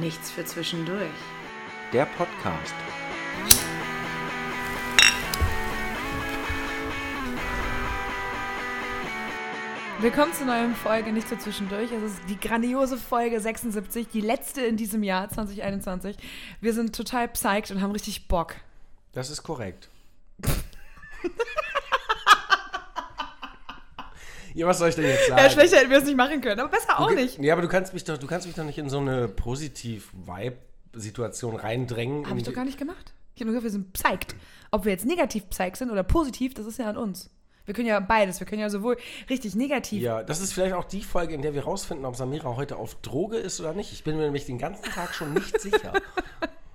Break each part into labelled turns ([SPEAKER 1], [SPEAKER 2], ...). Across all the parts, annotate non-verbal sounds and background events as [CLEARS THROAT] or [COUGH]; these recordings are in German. [SPEAKER 1] Nichts für zwischendurch.
[SPEAKER 2] Der Podcast.
[SPEAKER 3] Willkommen zur neuen Folge Nicht so zwischendurch. Es ist die grandiose Folge 76, die letzte in diesem Jahr 2021. Wir sind total psyched und haben richtig Bock.
[SPEAKER 2] Das ist
[SPEAKER 3] [LAUGHS]
[SPEAKER 2] korrekt. ja, was soll ich denn jetzt sagen?
[SPEAKER 3] Ja, schlechter hätten Äh, wir es nicht machen können, aber besser auch
[SPEAKER 2] Du-
[SPEAKER 3] nicht.
[SPEAKER 2] Ja, aber du kannst mich doch, du kannst mich doch nicht in so eine positiv Vibe-Situation reindrängen.
[SPEAKER 3] Habe
[SPEAKER 2] in
[SPEAKER 3] ich doch
[SPEAKER 2] die-
[SPEAKER 3] gar nicht gemacht. Ich habe nur gesagt, wir sind psyched. Ob wir jetzt negativ psyched sind oder positiv, das ist ja an uns. Wir können ja beides. Wir können ja sowohl richtig negativ.
[SPEAKER 2] ja, das ist vielleicht auch die Folge, in der wir rausfinden, ob Samira heute auf Droge ist oder nicht. Ich bin mir nämlich den ganzen Tag schon
[SPEAKER 3] [LAUGHS]
[SPEAKER 2] nicht sicher.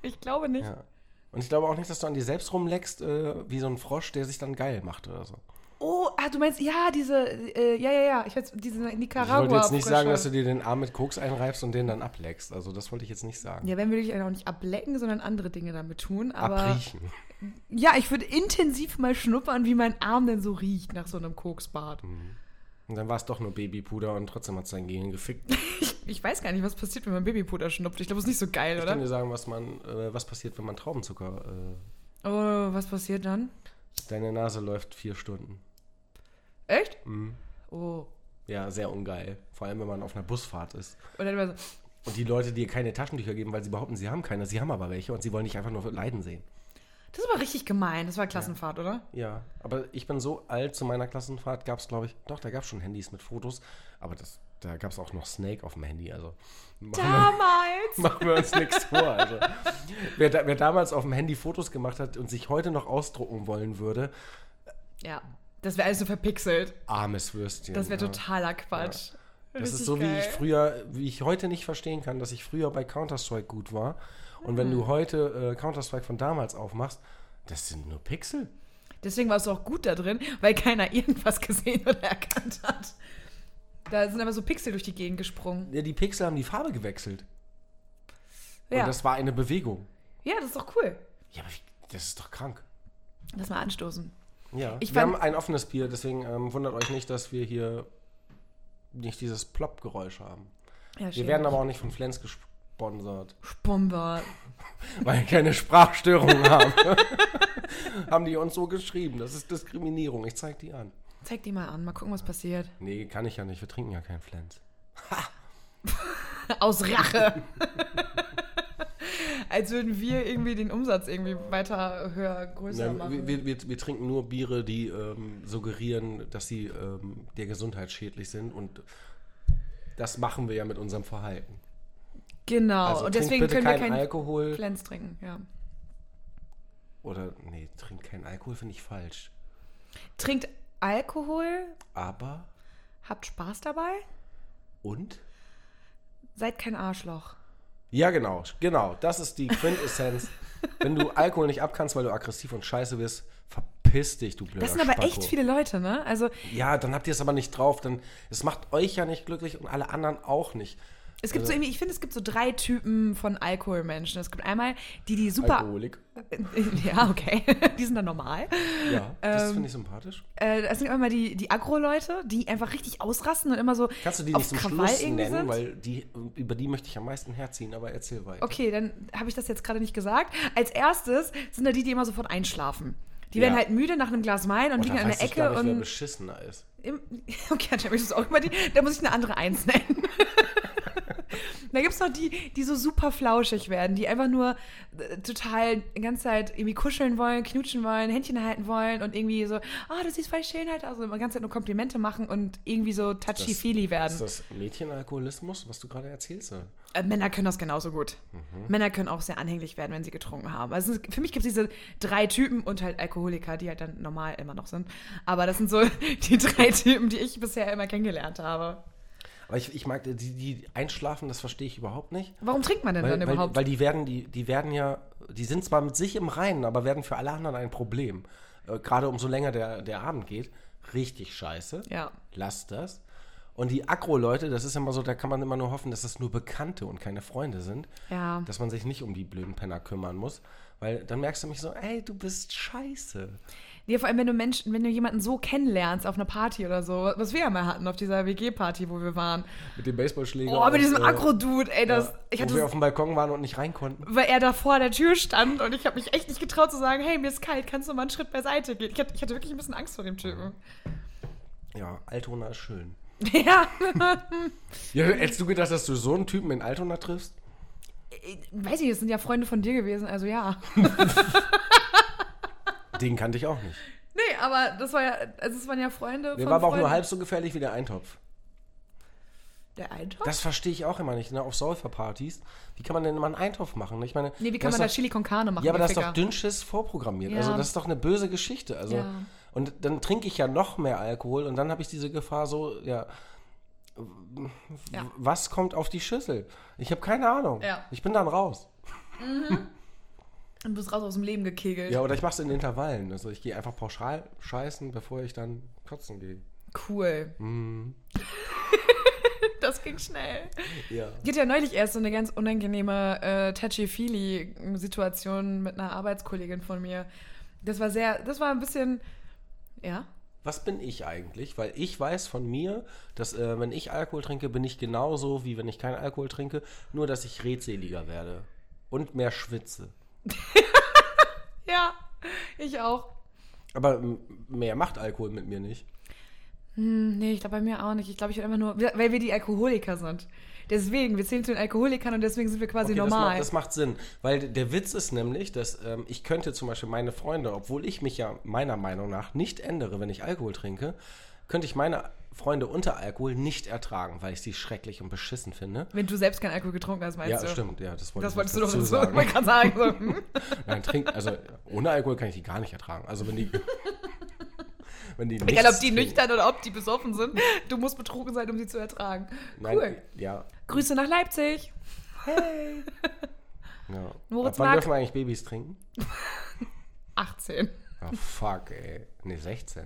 [SPEAKER 3] Ich glaube nicht.
[SPEAKER 2] Ja. Und ich glaube auch nicht, dass du an dir selbst rumleckst, äh, wie so ein Frosch, der sich dann geil macht oder so.
[SPEAKER 3] Oh, ah, du meinst, ja, diese, äh, ja, ja, ja, ich weiß, diese
[SPEAKER 2] Ich
[SPEAKER 3] Nicaragua.
[SPEAKER 2] wollte jetzt nicht sagen,
[SPEAKER 3] Frische.
[SPEAKER 2] dass du dir den Arm mit Koks einreibst und den dann ableckst. Also das wollte ich jetzt nicht sagen.
[SPEAKER 3] Ja, wenn würde ich einen auch nicht ablecken, sondern andere Dinge damit tun. Aber
[SPEAKER 2] Abriechen.
[SPEAKER 3] ja, ich würde intensiv mal schnuppern, wie mein Arm denn so riecht nach so einem Koksbad.
[SPEAKER 2] Hm. Und dann war es doch nur Babypuder und trotzdem hat es dein Gehirn gefickt.
[SPEAKER 3] Ich weiß gar nicht, was passiert, wenn man Babypuder schnupft. Ich glaube, es ist nicht so geil,
[SPEAKER 2] Ich kann
[SPEAKER 3] oder?
[SPEAKER 2] dir sagen, was, man, äh, was passiert, wenn man Traubenzucker. Äh,
[SPEAKER 3] Oh, was passiert dann?
[SPEAKER 2] deine Nase läuft vier Stunden.
[SPEAKER 3] Echt?
[SPEAKER 2] Hm.
[SPEAKER 3] Oh.
[SPEAKER 2] Ja, sehr ungeil. Vor allem, wenn man auf einer Busfahrt ist.
[SPEAKER 3] Und dann immer so,
[SPEAKER 2] Und die Leute dir keine Taschentücher geben, weil sie behaupten, sie haben keine. Sie haben aber welche und sie wollen dich einfach nur leiden sehen.
[SPEAKER 3] das war richtig gemein. Das war Klassenfahrt, oder?
[SPEAKER 2] Ja, aber ich bin so alt, zu meiner Klassenfahrt gab es, glaube ich, doch, da gab es schon Handys mit Fotos, aber das, da gab es auch noch Snake auf dem Handy, also machen
[SPEAKER 3] Damals!
[SPEAKER 2] wir, [LAUGHS] machen wir uns nichts vor. Also, wer, da, wer damals auf dem Handy Fotos gemacht hat und sich heute noch ausdrucken wollen würde,
[SPEAKER 3] Ja, das wäre alles so verpixelt.
[SPEAKER 2] armes Würstchen.
[SPEAKER 3] Das wäre
[SPEAKER 2] ja.
[SPEAKER 3] totaler Quatsch.
[SPEAKER 2] Das ist
[SPEAKER 3] Richtig
[SPEAKER 2] so, wie
[SPEAKER 3] geil.
[SPEAKER 2] ich früher, wie ich heute nicht verstehen kann, dass ich früher bei Counter-Strike gut war und wenn
[SPEAKER 3] Mhm.
[SPEAKER 2] du heute äh, Counter-Strike von damals aufmachst, das sind nur Pixel.
[SPEAKER 3] Deswegen warst du auch gut da drin, weil keiner irgendwas gesehen oder erkannt hat. Da sind aber so Pixel durch die Gegend gesprungen.
[SPEAKER 2] Ja, die Pixel haben die Farbe gewechselt
[SPEAKER 3] Ja,
[SPEAKER 2] und das war eine Bewegung.
[SPEAKER 3] ja das ist doch cool.
[SPEAKER 2] Ja, aber wie, das ist doch krank.
[SPEAKER 3] Lass mal anstoßen.
[SPEAKER 2] Ja,
[SPEAKER 3] Ich
[SPEAKER 2] wir
[SPEAKER 3] fand-
[SPEAKER 2] haben ein offenes Bier, deswegen ähm, wundert euch nicht, dass wir hier nicht dieses Plopp-Geräusch haben.
[SPEAKER 3] Ja,
[SPEAKER 2] Wir werden aber auch nicht von Flens gesponsert, [LAUGHS]
[SPEAKER 3] Spomber.
[SPEAKER 2] weil wir keine Sprachstörungen haben. [LAUGHS] haben die uns so geschrieben. Das ist Diskriminierung. Ich zeig die an.
[SPEAKER 3] Zeig die mal an, mal gucken, was passiert. [LAUGHS]
[SPEAKER 2] Nee, kann ich ja nicht. Wir trinken ja keinen Flens.
[SPEAKER 3] Aus Rache. [LAUGHS] Als würden wir irgendwie den Umsatz irgendwie weiter äh, höher, größer
[SPEAKER 2] Nein,
[SPEAKER 3] machen.
[SPEAKER 2] wir, wir, wir, wir trinken nur Biere, die ähm, suggerieren, dass sie ähm, der Gesundheit schädlich sind. Und das machen wir ja mit unserem Verhalten.
[SPEAKER 3] genau.
[SPEAKER 2] Also
[SPEAKER 3] Und
[SPEAKER 2] trinkt
[SPEAKER 3] deswegen
[SPEAKER 2] bitte
[SPEAKER 3] können wir
[SPEAKER 2] keinen
[SPEAKER 3] keinen
[SPEAKER 2] Alkohol.
[SPEAKER 3] Flens trinken. Ja.
[SPEAKER 2] Oder, nee, trinkt keinen Alkohol, finde ich falsch.
[SPEAKER 3] Trinkt Alkohol,
[SPEAKER 2] Aber
[SPEAKER 3] habt Spaß dabei,
[SPEAKER 2] und?
[SPEAKER 3] seid kein Arschloch.
[SPEAKER 2] Ja, genau, genau. Das ist die
[SPEAKER 3] [LAUGHS]
[SPEAKER 2] Quintessenz. Wenn du Alkohol nicht abkannst, weil du aggressiv und scheiße wirst, verpiss dich, du blöder
[SPEAKER 3] Das sind aber
[SPEAKER 2] Spacko.
[SPEAKER 3] echt viele Leute, ne? Also
[SPEAKER 2] Ja, dann habt ihr es aber nicht drauf. Dann, es macht euch ja nicht glücklich und alle anderen auch nicht.
[SPEAKER 3] es
[SPEAKER 2] Also
[SPEAKER 3] gibt so irgendwie, ich finde, es gibt so drei Typen von Alkoholmenschen. Es gibt einmal die, die super.
[SPEAKER 2] Alkoholik.
[SPEAKER 3] [LAUGHS] Ja, okay. [LAUGHS] Die sind dann normal.
[SPEAKER 2] Ja,
[SPEAKER 3] Ähm,
[SPEAKER 2] das finde ich sympathisch.
[SPEAKER 3] Äh, es sind immer die, die Agro-Leute, die einfach richtig ausrasten und immer so
[SPEAKER 2] Kannst du die
[SPEAKER 3] auf
[SPEAKER 2] nicht zum
[SPEAKER 3] Krawall
[SPEAKER 2] Schluss
[SPEAKER 3] irgendwie
[SPEAKER 2] nennen,
[SPEAKER 3] sind.
[SPEAKER 2] weil die, über die möchte ich am meisten herziehen, aber erzähl weiter.
[SPEAKER 3] okay, dann habe ich das jetzt gerade nicht gesagt. Als erstes sind da die, die immer sofort einschlafen. Die werden
[SPEAKER 2] Ja.
[SPEAKER 3] halt müde nach einem Glas Wein und
[SPEAKER 2] Und da
[SPEAKER 3] liegen an
[SPEAKER 2] weiß
[SPEAKER 3] der
[SPEAKER 2] ich gar
[SPEAKER 3] Ecke
[SPEAKER 2] nicht, wer
[SPEAKER 3] und.
[SPEAKER 2] beschissener ist.
[SPEAKER 3] Im, [LAUGHS] okay, dann ist es auch immer die. Da muss ich eine andere Eins nennen. [LAUGHS] da gibt es noch die, die so super flauschig werden, die einfach nur äh, total die ganze Zeit irgendwie kuscheln wollen, knutschen wollen, Händchen halten wollen und irgendwie so, ah, du siehst voll schön halt aus und die ganze Zeit nur Komplimente machen und irgendwie so touchy-feely werden.
[SPEAKER 2] Ist das Mädchenalkoholismus, was du gerade erzählst?
[SPEAKER 3] Äh, Männer können das genauso gut.
[SPEAKER 2] Mhm.
[SPEAKER 3] Männer können auch sehr anhänglich werden, wenn sie getrunken haben. Also es ist- für mich gibt es diese drei Typen und halt Alkoholiker, die halt dann normal immer noch sind. Aber das sind so [LAUGHS] die drei Typen, die ich bisher immer kennengelernt habe.
[SPEAKER 2] Aber ich, ich mag, die, die einschlafen, das verstehe ich überhaupt nicht.
[SPEAKER 3] Warum trinkt man denn
[SPEAKER 2] Weil,
[SPEAKER 3] dann
[SPEAKER 2] weil,
[SPEAKER 3] überhaupt?
[SPEAKER 2] weil die werden, die, die werden ja, die sind zwar mit sich im Reinen, aber werden für alle anderen ein Problem. Äh, gerade umso länger der, der Abend geht. Richtig scheiße.
[SPEAKER 3] ja.
[SPEAKER 2] Lass das. Und die Agro-Leute, das ist immer so, da kann man immer nur hoffen, dass das nur Bekannte und keine Freunde sind.
[SPEAKER 3] Ja.
[SPEAKER 2] Dass man sich nicht um die blöden Penner kümmern muss. Weil dann merkst du mich so, ey, du bist scheiße.
[SPEAKER 3] Ja, vor allem, wenn du Menschen, wenn du jemanden so kennenlernst auf einer Party oder so, was wir ja mal hatten auf dieser WG-Party, wo wir waren.
[SPEAKER 2] Mit dem Baseballschläger.
[SPEAKER 3] Oh, mit
[SPEAKER 2] und,
[SPEAKER 3] diesem
[SPEAKER 2] äh,
[SPEAKER 3] Agro-Dude, ey, das.
[SPEAKER 2] ja,
[SPEAKER 3] ich
[SPEAKER 2] wo
[SPEAKER 3] hatte
[SPEAKER 2] wir
[SPEAKER 3] das,
[SPEAKER 2] auf dem Balkon waren und nicht rein konnten.
[SPEAKER 3] weil er da vor der Tür stand und ich habe mich echt nicht getraut zu sagen, hey, mir ist kalt, kannst du mal einen Schritt beiseite gehen? Ich hatte, ich hatte wirklich ein bisschen Angst vor dem Typen. [LAUGHS]
[SPEAKER 2] Ja, Altona ist schön.
[SPEAKER 3] Ja.
[SPEAKER 2] Ja, hättest du gedacht, dass du so einen Typen in Altona triffst?
[SPEAKER 3] Weiß ich, es sind ja Freunde von dir gewesen, also ja.
[SPEAKER 2] Den kannte ich auch nicht.
[SPEAKER 3] Nee, aber das war ja, also es waren ja Freunde
[SPEAKER 2] Der
[SPEAKER 3] von
[SPEAKER 2] war aber auch
[SPEAKER 3] Freunden.
[SPEAKER 2] nur halb so gefährlich wie der Eintopf.
[SPEAKER 3] Der Eintopf?
[SPEAKER 2] Das verstehe ich auch immer nicht, ne? Auf Säuferpartys. Wie kann man denn immer einen Eintopf machen? ne? Ich meine,
[SPEAKER 3] nee, wie kann
[SPEAKER 2] das
[SPEAKER 3] man da
[SPEAKER 2] ist doch-
[SPEAKER 3] Chili con Carne machen?
[SPEAKER 2] Ja, aber
[SPEAKER 3] ihr
[SPEAKER 2] das ist doch
[SPEAKER 3] Ficker?
[SPEAKER 2] Dünnschiss vorprogrammiert. Also
[SPEAKER 3] Ja.
[SPEAKER 2] das ist doch eine böse Geschichte. Also,
[SPEAKER 3] Ja.
[SPEAKER 2] Und dann trinke ich ja noch mehr Alkohol und dann habe ich diese Gefahr so, ja, w-
[SPEAKER 3] Ja.
[SPEAKER 2] was kommt auf die Schüssel? Ich habe keine Ahnung.
[SPEAKER 3] Ja.
[SPEAKER 2] Ich bin dann raus.
[SPEAKER 3] Und bist raus aus dem Leben gekegelt.
[SPEAKER 2] Ja, oder ich mache es in Intervallen. Also ich gehe einfach pauschal scheißen, bevor ich dann kotzen gehe.
[SPEAKER 3] Cool.
[SPEAKER 2] Mhm.
[SPEAKER 3] [LAUGHS] das ging schnell.
[SPEAKER 2] Ja.
[SPEAKER 3] Ich hatte ja neulich erst so eine ganz unangenehme äh, Touchy-Feely-Situation mit einer Arbeitskollegin von mir. Das war sehr, das war ein bisschen, ja.
[SPEAKER 2] Was bin ich eigentlich? Weil ich weiß von mir, dass äh, wenn ich Alkohol trinke, bin ich genauso wie wenn ich keinen Alkohol trinke, nur dass ich redseliger werde und mehr schwitze.
[SPEAKER 3] Ja, ich auch.
[SPEAKER 2] Aber m- mehr macht Alkohol mit mir nicht.
[SPEAKER 3] Hm, nee, ich glaube bei mir auch nicht. Ich glaube, ich bin einfach nur, weil wir die Alkoholiker sind. Deswegen, wir zählen zu den Alkoholikern und deswegen sind wir quasi
[SPEAKER 2] Okay,
[SPEAKER 3] Also normal.
[SPEAKER 2] Das, macht, das macht Sinn, weil d- der Witz ist nämlich, dass ähm, ich könnte zum Beispiel meine Freunde, obwohl ich mich ja meiner Meinung nach nicht ändere, wenn ich Alkohol trinke, könnte ich meine Freunde unter Alkohol nicht ertragen, weil ich sie schrecklich und beschissen finde.
[SPEAKER 3] Wenn du selbst keinen Alkohol getrunken hast, meinst
[SPEAKER 2] Ja,
[SPEAKER 3] du?
[SPEAKER 2] stimmt, ja, das, wollte
[SPEAKER 3] Also, Das
[SPEAKER 2] ich
[SPEAKER 3] wolltest
[SPEAKER 2] wolltest
[SPEAKER 3] du doch
[SPEAKER 2] dazu
[SPEAKER 3] so [LAUGHS]
[SPEAKER 2] sagen.
[SPEAKER 3] sagen. gerade sagen. So.
[SPEAKER 2] [LAUGHS]
[SPEAKER 3] hm.
[SPEAKER 2] Nein, trink, also ohne Alkohol kann ich die gar nicht ertragen. Also wenn
[SPEAKER 3] [LAUGHS]
[SPEAKER 2] die, wenn die
[SPEAKER 3] Egal, ob
[SPEAKER 2] nichts
[SPEAKER 3] die
[SPEAKER 2] trinken.
[SPEAKER 3] nüchtern oder ob die besoffen sind. Du musst betrunken sein, um sie zu ertragen.
[SPEAKER 2] Nein,
[SPEAKER 3] cool.
[SPEAKER 2] ja,
[SPEAKER 3] Grüße nach Leipzig.
[SPEAKER 2] ja.
[SPEAKER 3] Moritz
[SPEAKER 2] Ab wann
[SPEAKER 3] mag-
[SPEAKER 2] dürfen eigentlich Babys trinken?
[SPEAKER 3] 18.
[SPEAKER 2] Oh, fuck, ey. Nee, 16.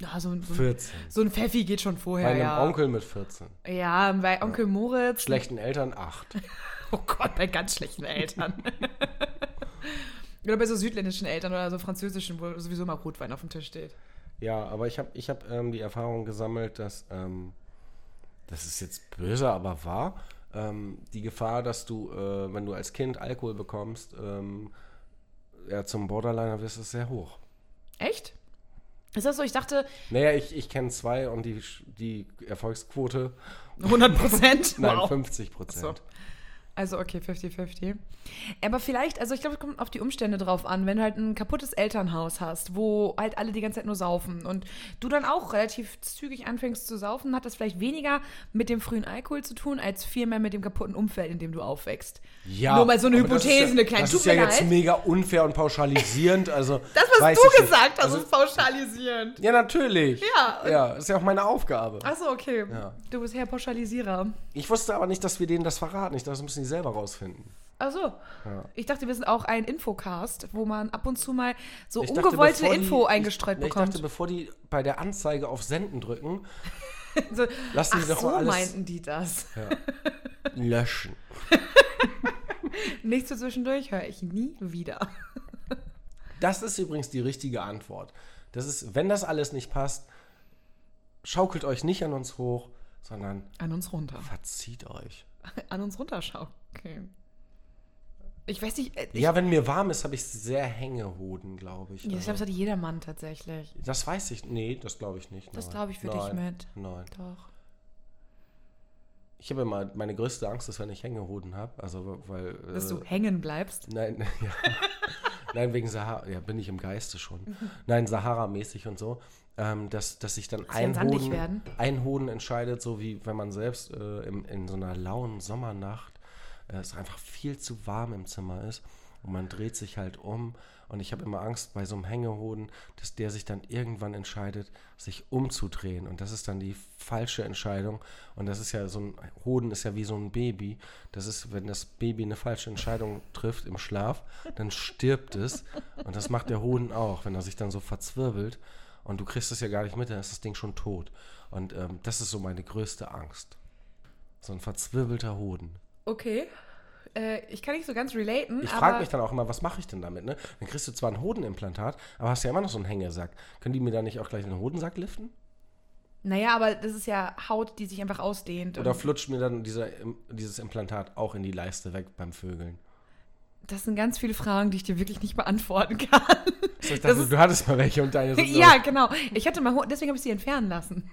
[SPEAKER 3] Ja, so, ein- so, ein-
[SPEAKER 2] 14.
[SPEAKER 3] so ein Pfeffi geht schon
[SPEAKER 2] Bei
[SPEAKER 3] vorher,
[SPEAKER 2] einem
[SPEAKER 3] ja.
[SPEAKER 2] Onkel mit 14.
[SPEAKER 3] Ja, bei Onkel Moritz.
[SPEAKER 2] Schlechten Eltern 8.
[SPEAKER 3] Oh Gott, bei ganz
[SPEAKER 2] [LAUGHS]
[SPEAKER 3] schlechten Eltern. oder bei so südländischen Eltern oder so französischen, wo sowieso mal Rotwein auf dem Tisch steht.
[SPEAKER 2] Ja, aber ich habe ich hab, ähm, die Erfahrung gesammelt, dass, ähm, das ist jetzt böse, aber wahr, ähm, die Gefahr, dass du, äh, wenn du als Kind Alkohol bekommst, ähm, ja, zum Borderliner wirst, ist sehr hoch.
[SPEAKER 3] Echt? Ist das so? Ich dachte,
[SPEAKER 2] Naja, ich, ich kenne zwei und die, die Erfolgsquote,
[SPEAKER 3] 100 Prozent?
[SPEAKER 2] nein, 50 Prozent.
[SPEAKER 3] So. Also okay, 50-50. Aber vielleicht, also ich glaube, es kommt auf die Umstände drauf an, wenn du halt ein kaputtes Elternhaus hast, wo halt alle die ganze Zeit nur saufen und du dann auch relativ zügig anfängst zu saufen, hat das vielleicht weniger mit dem frühen Alkohol zu tun, als vielmehr mit dem kaputten Umfeld, in dem du aufwächst.
[SPEAKER 2] Ja,
[SPEAKER 3] Nur mal so eine
[SPEAKER 2] aber das ist
[SPEAKER 3] Hypothese,
[SPEAKER 2] ja,
[SPEAKER 3] eine kleine
[SPEAKER 2] Das
[SPEAKER 3] Tut
[SPEAKER 2] ist ja
[SPEAKER 3] mir
[SPEAKER 2] jetzt
[SPEAKER 3] leid.
[SPEAKER 2] mega unfair und pauschalisierend. Also,
[SPEAKER 3] [LAUGHS] Das, was
[SPEAKER 2] weiß ich
[SPEAKER 3] du
[SPEAKER 2] nicht.
[SPEAKER 3] gesagt hast,
[SPEAKER 2] Also,
[SPEAKER 3] ist pauschalisierend.
[SPEAKER 2] ja, natürlich.
[SPEAKER 3] Ja, und-
[SPEAKER 2] Ja, ist ja auch meine Aufgabe.
[SPEAKER 3] Achso, okay.
[SPEAKER 2] Ja.
[SPEAKER 3] Du bist Herr Pauschalisierer.
[SPEAKER 2] Ich wusste aber nicht, dass wir denen das verraten. Ich dachte, das müssen die selber rausfinden.
[SPEAKER 3] Achso.
[SPEAKER 2] Ja.
[SPEAKER 3] Ich dachte, wir sind auch ein Infocast, wo man ab und zu mal so
[SPEAKER 2] Ich dachte,
[SPEAKER 3] ungewollte
[SPEAKER 2] bevor die-
[SPEAKER 3] Info
[SPEAKER 2] ich-
[SPEAKER 3] eingestreut
[SPEAKER 2] ich,
[SPEAKER 3] bekommt.
[SPEAKER 2] Ich dachte, bevor die bei der Anzeige auf Senden drücken,
[SPEAKER 3] So,
[SPEAKER 2] Lassen
[SPEAKER 3] Also, ach
[SPEAKER 2] Sie doch
[SPEAKER 3] so
[SPEAKER 2] mal alles-
[SPEAKER 3] meinten
[SPEAKER 2] [LAUGHS]
[SPEAKER 3] die das.
[SPEAKER 2] löschen.
[SPEAKER 3] Nichts für zwischendurch höre ich nie wieder.
[SPEAKER 2] Das ist übrigens die richtige Antwort. Das ist, wenn das alles nicht passt, schaukelt euch nicht an uns hoch, sondern
[SPEAKER 3] An uns runter.
[SPEAKER 2] verzieht euch.
[SPEAKER 3] [LAUGHS] An uns runterschau. Okay. Ich weiß nicht, äh, ich,
[SPEAKER 2] ja, wenn mir warm ist, habe ich sehr Hängehoden, glaube ich.
[SPEAKER 3] ich glaube, das
[SPEAKER 2] Also,
[SPEAKER 3] hat jeder Mann tatsächlich.
[SPEAKER 2] das weiß ich. Nee, das glaube ich nicht.
[SPEAKER 3] Das
[SPEAKER 2] nein.
[SPEAKER 3] glaube ich für dich
[SPEAKER 2] Nein,
[SPEAKER 3] mit.
[SPEAKER 2] Nein.
[SPEAKER 3] Doch.
[SPEAKER 2] Ich habe immer, meine größte Angst ist, wenn ich Hängehoden habe. Also, weil.
[SPEAKER 3] Dass
[SPEAKER 2] äh,
[SPEAKER 3] du hängen bleibst.
[SPEAKER 2] Nein, [LAUGHS] ja. Nein, wegen Sahara, ja, bin ich im Geiste schon.
[SPEAKER 3] Mhm.
[SPEAKER 2] Nein, Sahara-mäßig und so. Ähm, dass, dass sich dann
[SPEAKER 3] wir
[SPEAKER 2] ein
[SPEAKER 3] sandig
[SPEAKER 2] Hoden,
[SPEAKER 3] werden?
[SPEAKER 2] ein Hoden entscheidet, so wie wenn man selbst äh, in, in so einer lauen Sommernacht äh, es einfach viel zu warm im Zimmer ist und man dreht sich halt um. Und ich habe immer Angst bei so einem Hängehoden, dass der sich dann irgendwann entscheidet, sich umzudrehen. Und das ist dann die falsche Entscheidung. Und das ist ja so ein Hoden ist ja wie so ein Baby. Das ist, wenn das Baby eine falsche Entscheidung trifft im Schlaf, dann stirbt es. Und das macht der Hoden auch, wenn er sich dann so verzwirbelt. Und du kriegst es ja gar nicht mit, dann ist das Ding schon tot. Und ähm, das ist so meine größte Angst. So ein verzwirbelter Hoden.
[SPEAKER 3] Okay. Äh, ich kann nicht so ganz relaten,
[SPEAKER 2] Ich
[SPEAKER 3] aber
[SPEAKER 2] frage mich dann auch immer, was mache ich denn damit? Ne? Dann kriegst du zwar ein Hodenimplantat, aber hast ja immer noch so einen Hängesack. Können die mir da nicht auch gleich einen Hodensack liften?
[SPEAKER 3] naja, aber das ist ja Haut, die sich einfach ausdehnt.
[SPEAKER 2] Oder
[SPEAKER 3] und
[SPEAKER 2] flutscht mir dann dieser, Im- dieses Implantat auch in die Leiste weg beim Vögeln?
[SPEAKER 3] das sind ganz viele Fragen, die ich dir wirklich nicht beantworten kann.
[SPEAKER 2] So, ich
[SPEAKER 3] Das
[SPEAKER 2] dachte,
[SPEAKER 3] ist-
[SPEAKER 2] du hattest mal welche und
[SPEAKER 3] [LAUGHS]
[SPEAKER 2] deine sind
[SPEAKER 3] ja, genau. Ich hatte mal, Ho- deswegen habe ich sie entfernen lassen.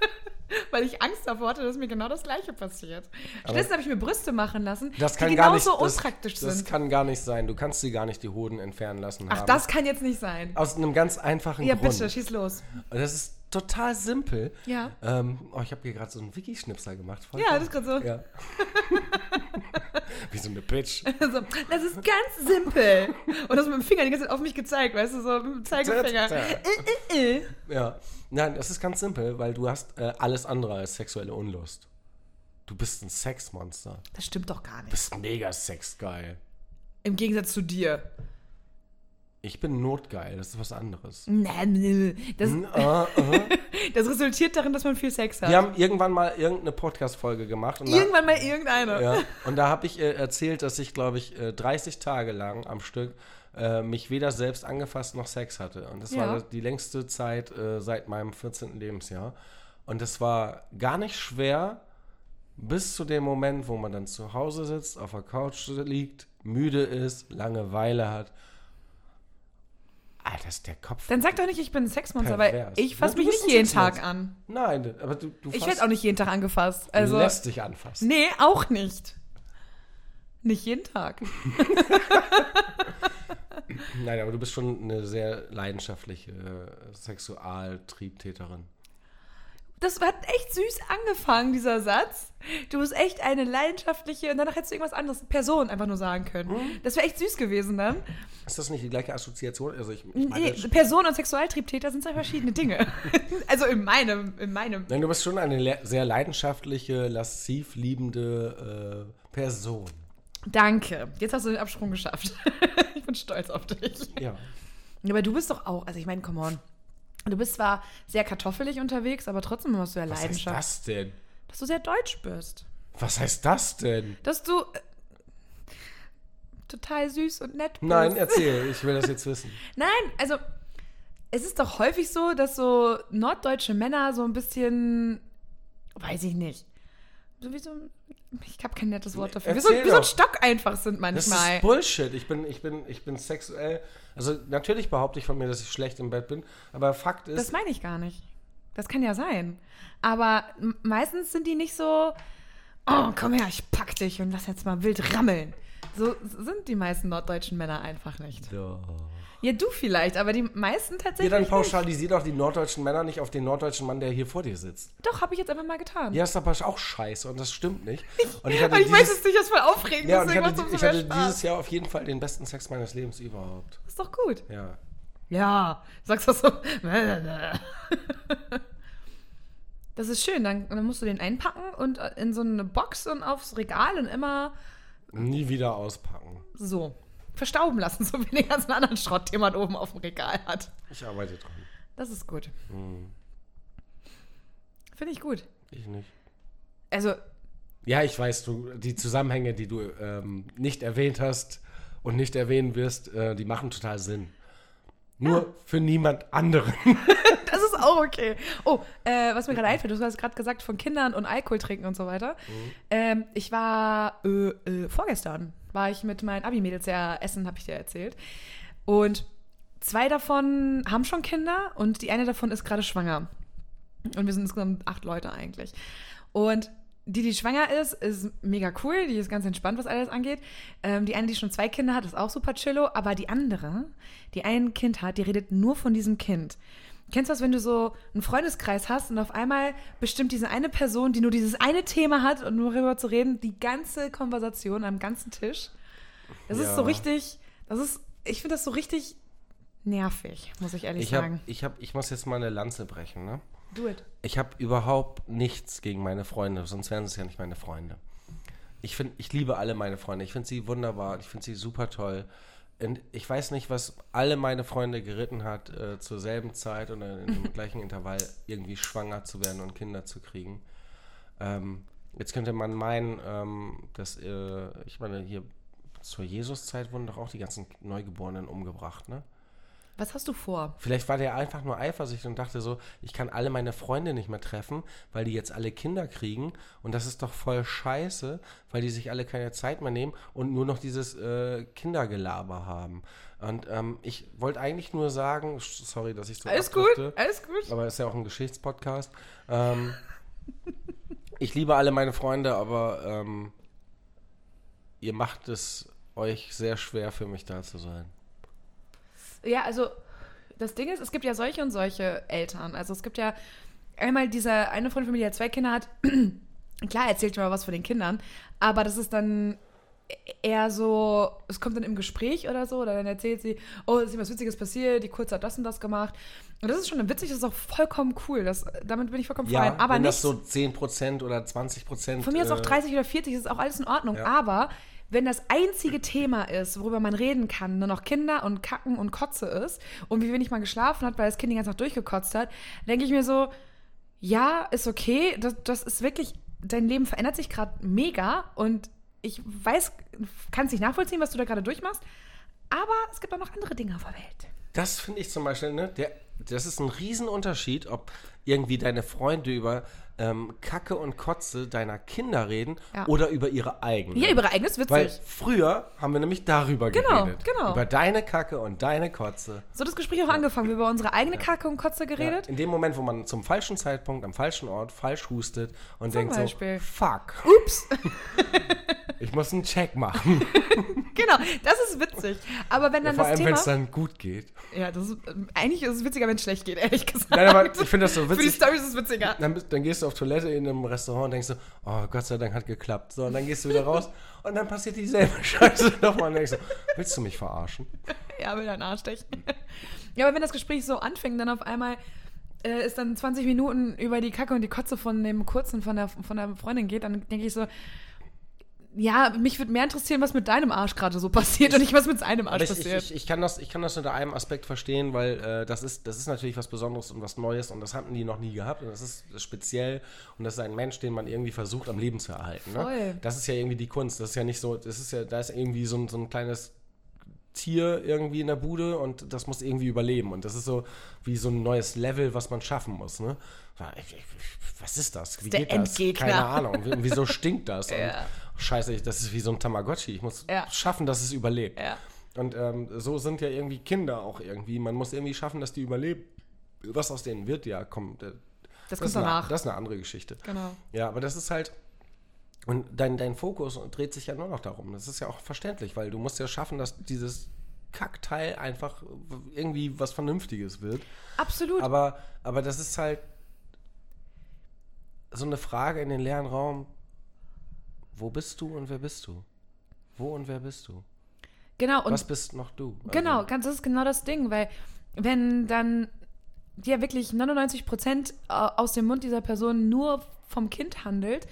[SPEAKER 3] [LAUGHS] Weil ich Angst davor hatte, dass mir genau das Gleiche passiert. Stattdessen habe ich mir Brüste machen lassen,
[SPEAKER 2] Das kann
[SPEAKER 3] die
[SPEAKER 2] gar nicht,
[SPEAKER 3] genauso
[SPEAKER 2] das,
[SPEAKER 3] unpraktisch
[SPEAKER 2] das
[SPEAKER 3] sind.
[SPEAKER 2] kann gar nicht sein. Du kannst sie gar nicht die Hoden entfernen lassen.
[SPEAKER 3] Ach,
[SPEAKER 2] haben.
[SPEAKER 3] das kann jetzt nicht sein.
[SPEAKER 2] Aus einem ganz einfachen
[SPEAKER 3] Ja,
[SPEAKER 2] Grund.
[SPEAKER 3] bitte, schieß los.
[SPEAKER 2] Das ist total simpel.
[SPEAKER 3] Ja.
[SPEAKER 2] Ähm, oh, ich habe hier gerade so einen Wiki-Schnipsel gemacht. Voll
[SPEAKER 3] Ja,
[SPEAKER 2] geil.
[SPEAKER 3] das ist gerade [LAUGHS] so.
[SPEAKER 2] Ja. [LAUGHS] Wie so eine Bitch.
[SPEAKER 3] Also, das ist ganz simpel. Und das mit dem Finger die ganze Zeit auf mich gezeigt, weißt du, so mit dem
[SPEAKER 2] Tja,
[SPEAKER 3] Zeigefinger.
[SPEAKER 2] tja.
[SPEAKER 3] Äh, äh, äh.
[SPEAKER 2] Ja. Nein, das ist ganz simpel, weil du hast äh, alles andere als sexuelle Unlust. Du bist ein Sexmonster. Du
[SPEAKER 3] Das stimmt doch gar nicht.
[SPEAKER 2] bist mega sexgeil.
[SPEAKER 3] Im Gegensatz zu dir.
[SPEAKER 2] Ich bin notgeil, das ist was anderes.
[SPEAKER 3] Na, nö. Das,
[SPEAKER 2] Hm, äh, äh.
[SPEAKER 3] das resultiert darin, dass man viel Sex hat.
[SPEAKER 2] Wir haben irgendwann mal irgendeine Podcast-Folge gemacht.
[SPEAKER 3] [LAUGHS]
[SPEAKER 2] Und da-
[SPEAKER 3] Irgendwann mal irgendeiner.
[SPEAKER 2] Ja, und da habe ich äh, erzählt, dass ich, glaube ich, äh, 30 Tage lang am Stück äh, mich weder selbst angefasst noch Sex hatte. Und das
[SPEAKER 3] Ja.
[SPEAKER 2] war die längste Zeit äh, seit meinem 14. Lebensjahr. Und das war gar nicht schwer, bis zu dem Moment, wo man dann zu Hause sitzt, auf der Couch liegt, müde ist, Langeweile hat. Alter, ist der Kopf.
[SPEAKER 3] Dann sag doch nicht, ich bin ein Sexmonster,
[SPEAKER 2] Pervers.
[SPEAKER 3] weil ich fasse
[SPEAKER 2] Du
[SPEAKER 3] mich
[SPEAKER 2] bist ein
[SPEAKER 3] nicht jeden
[SPEAKER 2] Sexmonster.
[SPEAKER 3] Tag an.
[SPEAKER 2] Nein, aber du, du
[SPEAKER 3] Ich
[SPEAKER 2] fasst-
[SPEAKER 3] werde auch nicht jeden Tag angefasst. Also,
[SPEAKER 2] lässt dich anfassen.
[SPEAKER 3] nee, auch nicht. Nicht jeden Tag.
[SPEAKER 2] Nein, aber du bist schon eine sehr leidenschaftliche äh, Sexualtriebtäterin.
[SPEAKER 3] Das hat echt süß angefangen, dieser Satz. Du bist echt eine leidenschaftliche, und danach hättest du irgendwas anderes, Person einfach nur sagen können.
[SPEAKER 2] Hm?
[SPEAKER 3] Das wäre echt süß gewesen dann.
[SPEAKER 2] Ist das nicht die gleiche Assoziation? Also ich, ich meine,
[SPEAKER 3] Nee, Person und Sexualtriebtäter sind zwei verschiedene Dinge. [LAUGHS] also in meinem, in meinem.
[SPEAKER 2] nein, du bist schon eine le- sehr leidenschaftliche, lasziv liebende äh, Person.
[SPEAKER 3] Danke. Jetzt hast du den Absprung geschafft. [LAUGHS] ich bin stolz auf dich.
[SPEAKER 2] Ja.
[SPEAKER 3] Aber du bist doch auch, also ich meine, come on. Du bist zwar sehr kartoffelig unterwegs, aber trotzdem hast du ja
[SPEAKER 2] Was heißt
[SPEAKER 3] Leidenschaft.
[SPEAKER 2] das denn?
[SPEAKER 3] Dass du sehr deutsch bist.
[SPEAKER 2] Was heißt das denn?
[SPEAKER 3] Dass du äh, total süß und nett bist.
[SPEAKER 2] Nein, erzähl, ich will das jetzt
[SPEAKER 3] [LAUGHS]
[SPEAKER 2] wissen.
[SPEAKER 3] Nein, also es ist doch häufig so, dass so norddeutsche Männer so ein bisschen, weiß ich nicht, so wie so, ein- ich habe kein nettes Wort dafür, wie so,
[SPEAKER 2] erzähl
[SPEAKER 3] wie so ein
[SPEAKER 2] doch.
[SPEAKER 3] Stock einfach sind
[SPEAKER 2] Das
[SPEAKER 3] manchmal.
[SPEAKER 2] ist Bullshit. Ich bin, ich, bin, ich bin sexuell. Also natürlich behaupte ich von mir, dass ich schlecht im Bett bin, aber Fakt
[SPEAKER 3] Das
[SPEAKER 2] ist,
[SPEAKER 3] meine ich gar nicht. Das kann ja sein. Aber m- meistens sind die nicht so, oh, komm her, ich pack dich und lass jetzt mal wild rammeln. So sind die meisten norddeutschen Männer einfach nicht.
[SPEAKER 2] Doch.
[SPEAKER 3] Ja, du vielleicht, aber die meisten
[SPEAKER 2] Ihr
[SPEAKER 3] tatsächlich.
[SPEAKER 2] dann
[SPEAKER 3] nicht.
[SPEAKER 2] pauschalisier doch die norddeutschen Männer nicht auf den norddeutschen Mann, der hier vor dir sitzt.
[SPEAKER 3] Doch, habe ich jetzt einfach mal getan.
[SPEAKER 2] Ja, ist aber auch scheiße und das stimmt nicht. Und ich
[SPEAKER 3] Weil ich weiß, dass dich das voll aufregen,
[SPEAKER 2] Ja, und ich
[SPEAKER 3] deswegen macht
[SPEAKER 2] hatte,
[SPEAKER 3] es
[SPEAKER 2] ich
[SPEAKER 3] umso mehr
[SPEAKER 2] hatte
[SPEAKER 3] Spaß.
[SPEAKER 2] dieses Jahr auf jeden Fall den besten Sex meines Lebens überhaupt.
[SPEAKER 3] Ist doch gut.
[SPEAKER 2] Ja.
[SPEAKER 3] Ja, sagst du so. [LAUGHS] Das ist schön, dann, dann musst du den einpacken und äh, in so eine Box und aufs Regal und immer
[SPEAKER 2] Nie wieder auspacken.
[SPEAKER 3] so verstauben lassen, [LAUGHS] so wie den ganzen anderen Schrott, den man oben auf dem Regal hat.
[SPEAKER 2] Ich arbeite dran.
[SPEAKER 3] Das ist gut. Hm. Finde ich gut.
[SPEAKER 2] Ich nicht.
[SPEAKER 3] Also,
[SPEAKER 2] Ja, ich weiß, du, die Zusammenhänge, die du ähm, nicht erwähnt hast und nicht erwähnen wirst, äh, die machen total Sinn. Nur für niemand anderen.
[SPEAKER 3] das ist auch okay. Oh, äh, was mir gerade einfällt, du hast gerade gesagt, von Kindern und Alkohol trinken und so weiter. Ähm, ich war äh, äh, vorgestern, war ich mit meinen Abi-Mädels ja essen, habe ich dir erzählt. Und zwei davon haben schon Kinder und die eine davon ist gerade schwanger. Und wir sind insgesamt acht Leute eigentlich. Und die, die schwanger ist, ist mega cool. Die ist ganz entspannt, was alles angeht. Ähm, die eine, die schon zwei Kinder hat, ist auch super chillo. Aber die andere, die ein Kind hat, die redet nur von diesem Kind. Kennst du das, wenn du so einen Freundeskreis hast und auf einmal bestimmt diese eine Person, die nur dieses eine Thema hat und nur darüber zu reden, die ganze Konversation am ganzen Tisch? Das ist
[SPEAKER 2] Ja.
[SPEAKER 3] so richtig, das ist, ich finde das so richtig nervig, muss ich ehrlich
[SPEAKER 2] Ich, hab,
[SPEAKER 3] sagen.
[SPEAKER 2] ich, hab, ich muss jetzt mal eine Lanze brechen, ne?
[SPEAKER 3] Do it.
[SPEAKER 2] Ich habe überhaupt nichts gegen meine Freunde, sonst wären es ja nicht meine Freunde. Ich finde, ich liebe alle meine Freunde. Ich finde sie wunderbar. Ich finde sie super toll. Und ich weiß nicht, was alle meine Freunde geritten hat, äh, zur selben Zeit oder in dem gleichen Intervall irgendwie schwanger zu werden und Kinder zu kriegen. Ähm, Jetzt könnte man meinen, ähm, dass, äh, ich meine, hier zur Jesuszeit wurden doch auch die ganzen Neugeborenen umgebracht, ne?
[SPEAKER 3] Was hast du vor?
[SPEAKER 2] Vielleicht war der einfach nur eifersüchtig und dachte so, ich kann alle meine Freunde nicht mehr treffen, weil die jetzt alle Kinder kriegen und das ist doch voll scheiße, weil die sich alle keine Zeit mehr nehmen und nur noch dieses äh, Kindergelaber haben. Und ähm, ich wollte eigentlich nur sagen, sorry, dass ich so
[SPEAKER 3] Alles
[SPEAKER 2] abdrifte,
[SPEAKER 3] gut, alles gut.
[SPEAKER 2] aber es ist ja auch ein Geschichtspodcast.
[SPEAKER 3] [LAUGHS]
[SPEAKER 2] Ähm, ich liebe alle meine Freunde, aber ähm, ihr macht es euch sehr schwer für mich da zu sein.
[SPEAKER 3] Ja, also das Ding ist, es gibt ja solche und solche Eltern. Also es gibt ja einmal dieser eine Freund von mir, der zwei Kinder hat. [CLEARS THROAT] Klar, erzählt immer was von den Kindern, aber das ist dann eher so, es kommt dann im Gespräch oder so, oder dann erzählt sie, oh, es ist ihm was Witziges passiert, die Kurze hat das und das gemacht. Und das ist schon witzig, das ist auch vollkommen cool. Das, damit bin ich vollkommen fein. Aber
[SPEAKER 2] wenn
[SPEAKER 3] nicht,
[SPEAKER 2] das so 10% oder 20%.
[SPEAKER 3] Von mir ist auch
[SPEAKER 2] äh,
[SPEAKER 3] 30 oder 40, das ist auch alles in Ordnung.
[SPEAKER 2] Ja.
[SPEAKER 3] Aber wenn das einzige Thema ist, worüber man reden kann, nur noch Kinder und Kacken und Kotze ist und wie wenig man geschlafen hat, weil das Kind die ganze Nacht durchgekotzt hat, denke ich mir so, ja, ist okay, das, das ist wirklich, dein Leben verändert sich gerade mega und ich weiß, kann es nicht nachvollziehen, was du da gerade durchmachst, aber es gibt auch noch andere Dinge auf der Welt.
[SPEAKER 2] Das finde ich zum Beispiel, ne? Der, das ist ein Riesenunterschied, ob irgendwie deine Freunde über ähm, Kacke und Kotze deiner Kinder reden
[SPEAKER 3] Ja.
[SPEAKER 2] oder über ihre eigenen.
[SPEAKER 3] Ja, über eigenes witzig.
[SPEAKER 2] Weil früher haben wir nämlich darüber
[SPEAKER 3] Genau,
[SPEAKER 2] geredet.
[SPEAKER 3] genau.
[SPEAKER 2] Über deine Kacke und deine Kotze.
[SPEAKER 3] so hat das Gespräch auch angefangen, wir über unsere eigene Kacke und Kotze
[SPEAKER 2] Ja,
[SPEAKER 3] geredet.
[SPEAKER 2] in dem Moment, wo man zum falschen Zeitpunkt, am falschen Ort falsch hustet und denkt
[SPEAKER 3] Beispiel.
[SPEAKER 2] so, fuck,
[SPEAKER 3] Ups.
[SPEAKER 2] ich muss einen Check machen.
[SPEAKER 3] Genau, das ist witzig. Aber wenn [LAUGHS] dann
[SPEAKER 2] Vor
[SPEAKER 3] das
[SPEAKER 2] allem, wenn
[SPEAKER 3] Thema.
[SPEAKER 2] es dann gut geht.
[SPEAKER 3] ja, das ist, ähm, eigentlich ist es witziger, wenn es schlecht geht, [LAUGHS] ehrlich gesagt.
[SPEAKER 2] Nein, aber ich finde das so
[SPEAKER 3] [LAUGHS] Für die
[SPEAKER 2] witzig.
[SPEAKER 3] Story ist es witziger.
[SPEAKER 2] Dann, bist- dann gehst du auf Toilette in einem Restaurant und denkst so, oh Gott sei Dank hat geklappt. So, und dann gehst du wieder raus und dann passiert dieselbe [LAUGHS] Scheiße nochmal und denkst so, willst du mich verarschen?
[SPEAKER 3] Ja, will deinen Arsch
[SPEAKER 2] Mhm.
[SPEAKER 3] stechen. Ja, aber wenn das Gespräch so anfängt, dann auf einmal äh, ist dann 20 Minuten über die Kacke und die Kotze von dem Kurzen von der, von der Freundin geht, dann denke ich so. Ja, mich würde mehr interessieren, was mit deinem Arsch gerade so passiert und nicht, was mit seinem
[SPEAKER 2] Aber
[SPEAKER 3] Arsch
[SPEAKER 2] ich, ich,
[SPEAKER 3] passiert.
[SPEAKER 2] ich, ich, kann das, ich kann das unter einem Aspekt verstehen, weil äh, das, ist, das ist natürlich was Besonderes und was Neues und das hatten die noch nie gehabt und das ist speziell und das ist ein Mensch, den man irgendwie versucht am Leben zu erhalten. Ne?
[SPEAKER 3] Voll.
[SPEAKER 2] Das ist ja irgendwie die Kunst. Das ist ja nicht so, das ist ja, da ist irgendwie so ein, so ein kleines Tier irgendwie in der Bude und das muss irgendwie überleben. Und das ist so wie so ein neues Level, was man schaffen muss. Ne? Was ist das? Wie
[SPEAKER 3] Der Endgegner.
[SPEAKER 2] das? Keine Ahnung. Und
[SPEAKER 3] [LAUGHS]
[SPEAKER 2] Wieso stinkt das?
[SPEAKER 3] Ja.
[SPEAKER 2] Und, scheiße, ich- das ist wie so ein Tamagotchi. Ich muss
[SPEAKER 3] Ja.
[SPEAKER 2] schaffen, dass es überlebt.
[SPEAKER 3] Ja.
[SPEAKER 2] Und ähm, so sind ja irgendwie Kinder auch irgendwie. Man muss irgendwie schaffen, dass die überleben. Was aus denen wird, ja, kommt. äh,
[SPEAKER 3] das
[SPEAKER 2] das,
[SPEAKER 3] kommt
[SPEAKER 2] ist eine,
[SPEAKER 3] danach.
[SPEAKER 2] das ist eine andere Geschichte.
[SPEAKER 3] genau.
[SPEAKER 2] Ja, aber das ist halt. Und dein, dein Fokus dreht sich ja nur noch darum. Das ist ja auch verständlich, weil du musst ja schaffen, dass dieses Kackteil einfach irgendwie was Vernünftiges wird.
[SPEAKER 3] Absolut.
[SPEAKER 2] Aber, aber das ist halt so eine Frage in den leeren Raum. Wo bist du und wer bist du? Wo und wer bist du?
[SPEAKER 3] genau. Und
[SPEAKER 2] was bist noch du? Also-
[SPEAKER 3] Genau, ganz, das ist genau das Ding, weil wenn dann ja wirklich 99 Prozent äh, aus dem Mund dieser Person nur vom Kind handelt,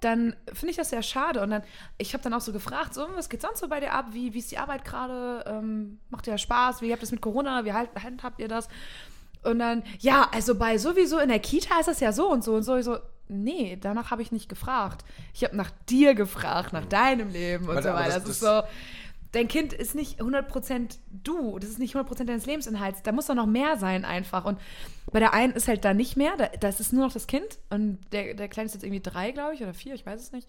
[SPEAKER 3] dann finde ich das sehr schade. Und dann, ich habe dann auch so gefragt, so, was geht sonst so bei dir ab? Wie, wie ist die Arbeit gerade? Ähm, macht ihr Spaß? Wie habt ihr das mit Corona? Wie halt, handhabt ihr das? Und dann, ja, also bei sowieso in der Kita ist das ja so und so und so. Ich so, nee, danach habe ich nicht gefragt. Ich habe nach dir gefragt, nach deinem Leben und
[SPEAKER 2] Warte,
[SPEAKER 3] so
[SPEAKER 2] aber
[SPEAKER 3] weiter.
[SPEAKER 2] das-
[SPEAKER 3] Das, ist so, dein Kind ist nicht 100% du, das ist nicht 100% deines Lebensinhalts. Da muss doch noch mehr sein einfach. Und bei der einen ist halt da nicht mehr, da, das ist nur noch das Kind. Und der, der Kleine ist jetzt irgendwie drei, glaube ich, oder vier, ich weiß es nicht.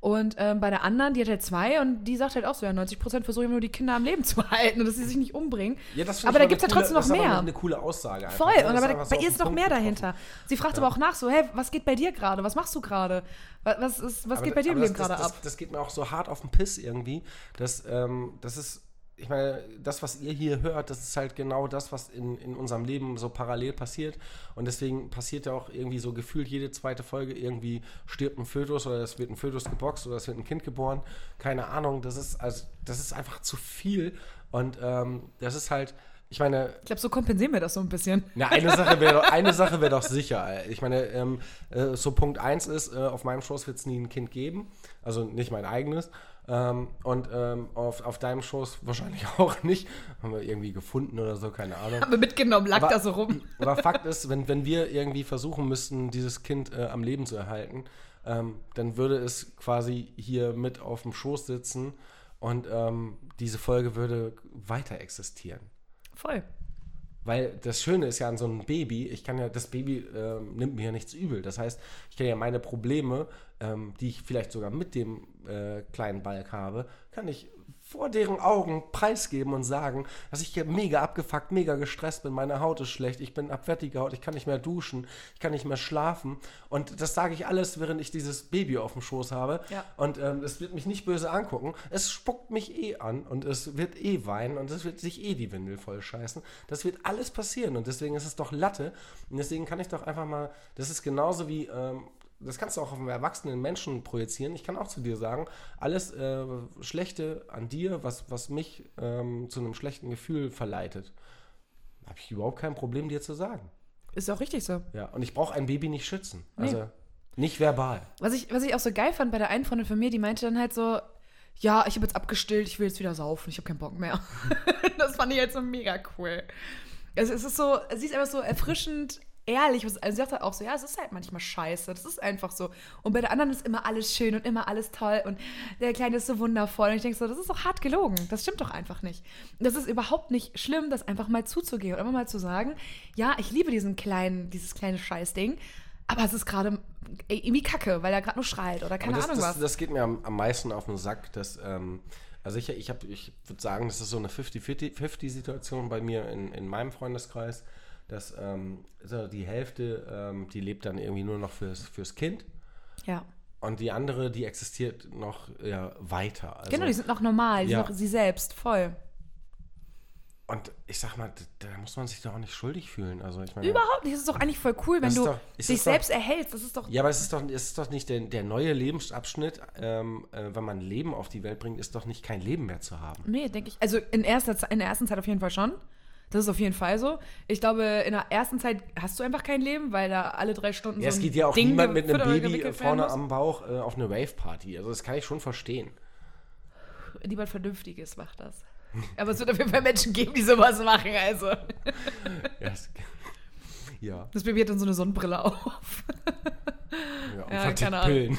[SPEAKER 3] Und ähm, bei der anderen, die hat halt zwei und die sagt halt auch so, ja, 90 Prozent versuche ich nur, die Kinder am Leben [LAUGHS] zu halten und dass sie sich nicht umbringen.
[SPEAKER 2] Ja, das find ich
[SPEAKER 3] aber da
[SPEAKER 2] mal
[SPEAKER 3] gibt es
[SPEAKER 2] eine
[SPEAKER 3] ja
[SPEAKER 2] coole-
[SPEAKER 3] trotzdem noch
[SPEAKER 2] das ist aber
[SPEAKER 3] mehr.
[SPEAKER 2] Eine coole Aussage. einfach,
[SPEAKER 3] Voll,
[SPEAKER 2] ne?
[SPEAKER 3] und
[SPEAKER 2] Das
[SPEAKER 3] aber
[SPEAKER 2] einfach
[SPEAKER 3] da,
[SPEAKER 2] so
[SPEAKER 3] bei
[SPEAKER 2] auf
[SPEAKER 3] ihr
[SPEAKER 2] den
[SPEAKER 3] ist noch
[SPEAKER 2] Punkt
[SPEAKER 3] mehr
[SPEAKER 2] getroffen.
[SPEAKER 3] dahinter. Sie fragt aber auch nach so, hey, was geht bei dir gerade? Was machst du gerade? Was, was, ist, was
[SPEAKER 2] Aber da-
[SPEAKER 3] geht bei dir im
[SPEAKER 2] aber
[SPEAKER 3] Leben
[SPEAKER 2] das- das-
[SPEAKER 3] gerade ab?
[SPEAKER 2] Das, das geht mir auch so hart auf den Piss irgendwie. Das, ähm, das ist, ich meine, das, was ihr hier hört, das ist halt genau das, was in, in unserem Leben so parallel passiert. Und deswegen passiert ja auch irgendwie so gefühlt jede zweite Folge irgendwie stirbt ein Fötus oder es wird ein Fötus geboxt oder es wird ein Kind geboren. Keine Ahnung. Das ist, also, das ist einfach zu viel. Und ähm, das ist halt, ich meine,
[SPEAKER 3] Ich glaube, so kompensieren wir das so ein bisschen.
[SPEAKER 2] Na, eine Sache wäre eine Sache wäre doch sicher. ey. Ich meine, ähm, äh, so Punkt 1 ist, äh, auf meinem Schoß wird es nie ein Kind geben. Also nicht mein eigenes. Ähm, und ähm, auf, auf deinem Schoß wahrscheinlich [LAUGHS] auch nicht. Haben wir irgendwie gefunden oder so, keine Ahnung.
[SPEAKER 3] Haben wir mitgenommen, lag
[SPEAKER 2] Aber-
[SPEAKER 3] da so rum.
[SPEAKER 2] Aber Fakt ist, wenn, wenn wir irgendwie versuchen müssten, dieses Kind äh, am Leben zu erhalten, ähm, dann würde es quasi hier mit auf dem Schoß sitzen und ähm, diese Folge würde weiter existieren.
[SPEAKER 3] Voll.
[SPEAKER 2] Weil das Schöne ist ja an so einem Baby, ich kann ja, das Baby ähm, nimmt mir ja nichts übel. Das heißt, ich kann ja meine Probleme, ähm, die ich vielleicht sogar mit dem äh, kleinen Balk habe, kann ich vor deren Augen preisgeben und sagen, dass ich hier mega abgefuckt, mega gestresst bin, meine Haut ist schlecht, ich bin abwettige Haut, ich kann nicht mehr duschen, ich kann nicht mehr schlafen. Und das sage ich alles, während ich dieses Baby auf dem Schoß habe.
[SPEAKER 3] Ja.
[SPEAKER 2] Und ähm, es wird mich nicht böse angucken. Es spuckt mich eh an und es wird eh weinen und es wird sich eh die Windel voll scheißen. Das wird alles passieren und deswegen ist es doch Latte. Und deswegen kann ich doch einfach mal, das ist genauso wie ähm, das kannst du auch auf einen erwachsenen Menschen projizieren. Ich kann auch zu dir sagen, alles äh, Schlechte an dir, was, was mich ähm, zu einem schlechten Gefühl verleitet, habe ich überhaupt kein Problem, dir zu sagen.
[SPEAKER 3] Ist auch richtig so.
[SPEAKER 2] Ja, und ich brauche ein Baby nicht schützen.
[SPEAKER 3] Nee.
[SPEAKER 2] Also nicht verbal.
[SPEAKER 3] Was ich, was ich auch so geil fand bei der einen Freundin von mir, die meinte dann halt so, ja, ich habe jetzt abgestillt, ich will jetzt wieder saufen, ich habe keinen Bock mehr. [LAUGHS] das fand ich halt so mega cool. Also es ist so, sie ist einfach so erfrischend ehrlich. Was- Also sie sagt halt auch so, ja, es ist halt manchmal scheiße, das ist einfach so. Und bei der anderen ist immer alles schön und immer alles toll und der Kleine ist so wundervoll. Und ich denke so, das ist doch hart gelogen, das stimmt doch einfach nicht. Und das ist überhaupt nicht schlimm, das einfach mal zuzugehen und einfach mal zu sagen, ja, ich liebe diesen kleinen, dieses kleine Scheißding, aber es ist gerade ey, irgendwie kacke, weil er gerade nur schreit oder keine
[SPEAKER 2] Aber das,
[SPEAKER 3] Ahnung
[SPEAKER 2] das,
[SPEAKER 3] was.
[SPEAKER 2] Das geht mir am, am meisten auf den Sack, dass, ähm, also ich, ich, hab- ich würde sagen, das ist so eine 50-50-Situation bei mir in, in meinem Freundeskreis, dass ähm, so die Hälfte, ähm, die lebt dann irgendwie nur noch fürs, fürs Kind.
[SPEAKER 3] ja.
[SPEAKER 2] Und die andere, die existiert noch ja, weiter. Also,
[SPEAKER 3] Genau, die sind noch normal, die
[SPEAKER 2] Ja.
[SPEAKER 3] sind noch sie selbst, voll.
[SPEAKER 2] und ich sag mal, d- da muss man sich doch auch nicht schuldig fühlen. Also ich meine,
[SPEAKER 3] Überhaupt nicht, das ist doch eigentlich voll cool, wenn
[SPEAKER 2] Das ist
[SPEAKER 3] du
[SPEAKER 2] doch- ist
[SPEAKER 3] dich
[SPEAKER 2] das doch-
[SPEAKER 3] selbst erhältst, das ist doch
[SPEAKER 2] Ja, aber es ist doch, es ist doch nicht der, der neue Lebensabschnitt, ähm, äh, wenn man Leben auf die Welt bringt, ist doch nicht kein Leben mehr zu haben.
[SPEAKER 3] Nee, denke ich. Also in, erster, Ze- in der ersten Zeit auf jeden Fall schon. Das ist auf jeden Fall so. Ich glaube, in der ersten Zeit hast du einfach kein Leben, weil da alle drei Stunden
[SPEAKER 2] Ja,
[SPEAKER 3] so
[SPEAKER 2] es
[SPEAKER 3] ein
[SPEAKER 2] geht ja auch
[SPEAKER 3] Ding
[SPEAKER 2] niemand mit einem
[SPEAKER 3] gefüttert oder
[SPEAKER 2] Baby äh,
[SPEAKER 3] gewickelt
[SPEAKER 2] vorne
[SPEAKER 3] werden
[SPEAKER 2] am Bauch äh, auf eine Rave-Party. Also das kann ich schon verstehen.
[SPEAKER 3] muss. Niemand Vernünftiges macht das. Aber es wird auf jeden Fall Menschen geben, die sowas machen. Also
[SPEAKER 2] Yes. [LAUGHS] ja,
[SPEAKER 3] das Baby hat dann so eine Sonnenbrille auf.
[SPEAKER 2] ja, und
[SPEAKER 3] Ja,
[SPEAKER 2] vertickt
[SPEAKER 3] keine Ahnung.
[SPEAKER 2] Pillen.
[SPEAKER 3] [LAUGHS]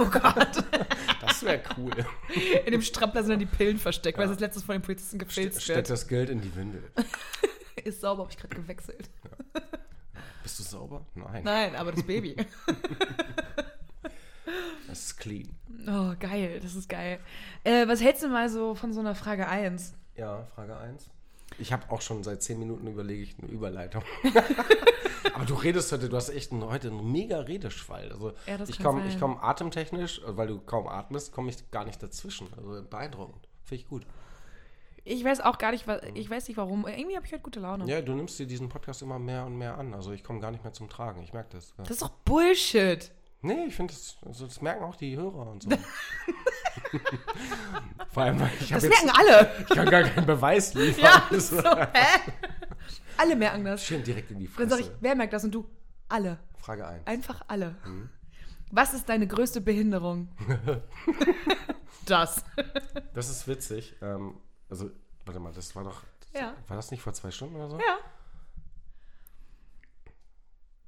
[SPEAKER 3] Oh Gott.
[SPEAKER 2] Das wäre
[SPEAKER 3] [LAUGHS]
[SPEAKER 2] cool.
[SPEAKER 3] In dem Strappler sind dann die Pillen versteckt, weil es das letztes von den Polizisten gefilzt
[SPEAKER 2] Steckt
[SPEAKER 3] wird.
[SPEAKER 2] das Geld in die Windel.
[SPEAKER 3] Ist sauber, habe ich gerade gewechselt.
[SPEAKER 2] Bist du sauber? Nein,
[SPEAKER 3] Nein, aber das Baby.
[SPEAKER 2] das ist clean.
[SPEAKER 3] Oh, geil, das ist geil. Äh, was hältst du mal so von so einer Frage 1?
[SPEAKER 2] Ja, Frage 1. Ich habe auch schon seit 10 Minuten überlege ich eine
[SPEAKER 3] [LAUGHS]
[SPEAKER 2] Überleitung. [LAUGHS] Aber du redest heute, du hast echt einen, heute einen mega Redeschwall. Also
[SPEAKER 3] Ja, das
[SPEAKER 2] ich
[SPEAKER 3] kann
[SPEAKER 2] komme
[SPEAKER 3] sein.
[SPEAKER 2] ich komm atemtechnisch, äh, weil du kaum atmest, komme ich gar nicht dazwischen. Also beeindruckend. Finde ich gut.
[SPEAKER 3] Ich weiß auch gar nicht, wa- ich weiß nicht warum. Irgendwie habe ich heute gute Laune.
[SPEAKER 2] Ja, du nimmst dir diesen Podcast immer mehr und mehr an. Also ich komme gar nicht mehr zum Tragen. Ich merke das. Ja.
[SPEAKER 3] Das ist doch Bullshit.
[SPEAKER 2] Nee, ich finde das, also das merken auch die Hörer und so.
[SPEAKER 3] [LAUGHS]
[SPEAKER 2] Vor allem, weil ich
[SPEAKER 3] Das
[SPEAKER 2] habe jetzt
[SPEAKER 3] merken alle.
[SPEAKER 2] ich kann gar keinen Beweis liefern.
[SPEAKER 3] Ja,
[SPEAKER 2] [LAUGHS] Das
[SPEAKER 3] so,
[SPEAKER 2] war
[SPEAKER 3] hä? Alle merken das.
[SPEAKER 2] Schön direkt in die
[SPEAKER 3] Dann sage ich,
[SPEAKER 2] Fresse.
[SPEAKER 3] wer merkt das und du? Alle.
[SPEAKER 2] Frage 1.
[SPEAKER 3] Einfach alle.
[SPEAKER 2] Mhm.
[SPEAKER 3] Was ist deine
[SPEAKER 2] [LAUGHS]
[SPEAKER 3] größte Behinderung? das.
[SPEAKER 2] Das ist witzig. Ähm, also, warte mal, das war doch.
[SPEAKER 3] Ja.
[SPEAKER 2] War das nicht vor zwei Stunden oder so?
[SPEAKER 3] Ja.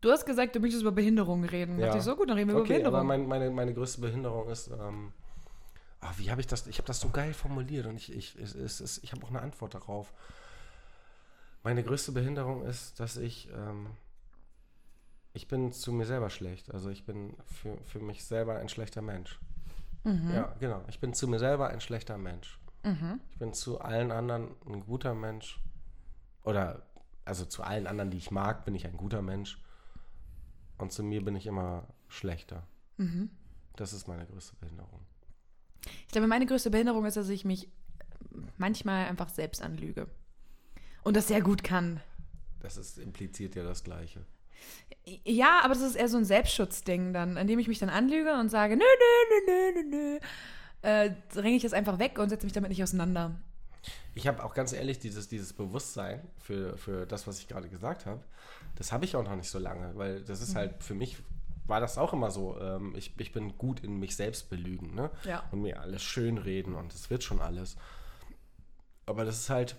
[SPEAKER 3] Du hast gesagt, du möchtest über Behinderungen reden. Ja.
[SPEAKER 2] Ja.
[SPEAKER 3] Dachte ich so gut, dann reden wir über
[SPEAKER 2] okay, aber mein,
[SPEAKER 3] Behinderungen.
[SPEAKER 2] meine, meine größte Behinderung ist. Ähm, ah, wie habe ich das? Ich habe das so geil formuliert und ich, ich, es, es, es, ich habe auch eine Antwort darauf. Meine größte Behinderung ist, dass ich. Ähm, ich bin zu mir selber schlecht. Also, ich bin für, für mich selber ein schlechter Mensch. Ja, genau. Ich bin zu mir selber ein schlechter Mensch. Ich bin zu allen anderen ein guter Mensch. Oder, also zu allen anderen, die ich mag, bin ich ein guter Mensch. Und zu mir bin ich immer schlechter. Das ist meine größte Behinderung.
[SPEAKER 3] Ich glaube, meine größte Behinderung ist, dass ich mich manchmal einfach selbst anlüge. Und das sehr gut kann.
[SPEAKER 2] Das ist, impliziert ja das Gleiche.
[SPEAKER 3] Ja, aber das ist eher so ein Selbstschutzding dann, indem ich mich dann anlüge und sage, nö, nö, nö, nö, nö, nö, äh, dränge ich das einfach weg und setze mich damit nicht auseinander.
[SPEAKER 2] Ich habe auch ganz ehrlich dieses, dieses Bewusstsein für, für das, was ich gerade gesagt habe, das habe ich auch noch nicht so lange, weil das ist halt für mich war das auch immer so. Ähm, ich, ich bin gut in mich selbst belügen ne?
[SPEAKER 3] Ja.
[SPEAKER 2] und mir alles schön reden und es wird schon alles. Aber das ist halt,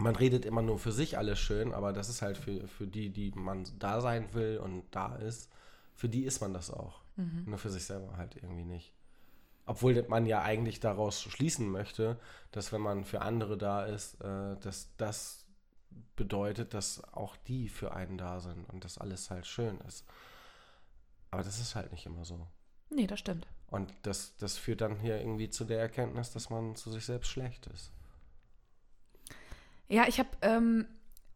[SPEAKER 2] man redet immer nur für sich alles schön, aber das ist halt für, für die, die man da sein will und da ist, für die ist man das auch. Nur für sich selber halt irgendwie nicht. Obwohl man ja eigentlich daraus schließen möchte, dass wenn man für andere da ist, äh, dass das bedeutet, dass auch die für einen da sind und dass alles halt schön ist. Aber das ist halt nicht immer so.
[SPEAKER 3] Nee, das stimmt.
[SPEAKER 2] Und das, das führt dann hier irgendwie zu der Erkenntnis, dass man zu sich selbst schlecht ist.
[SPEAKER 3] Ja, ich habe, ähm,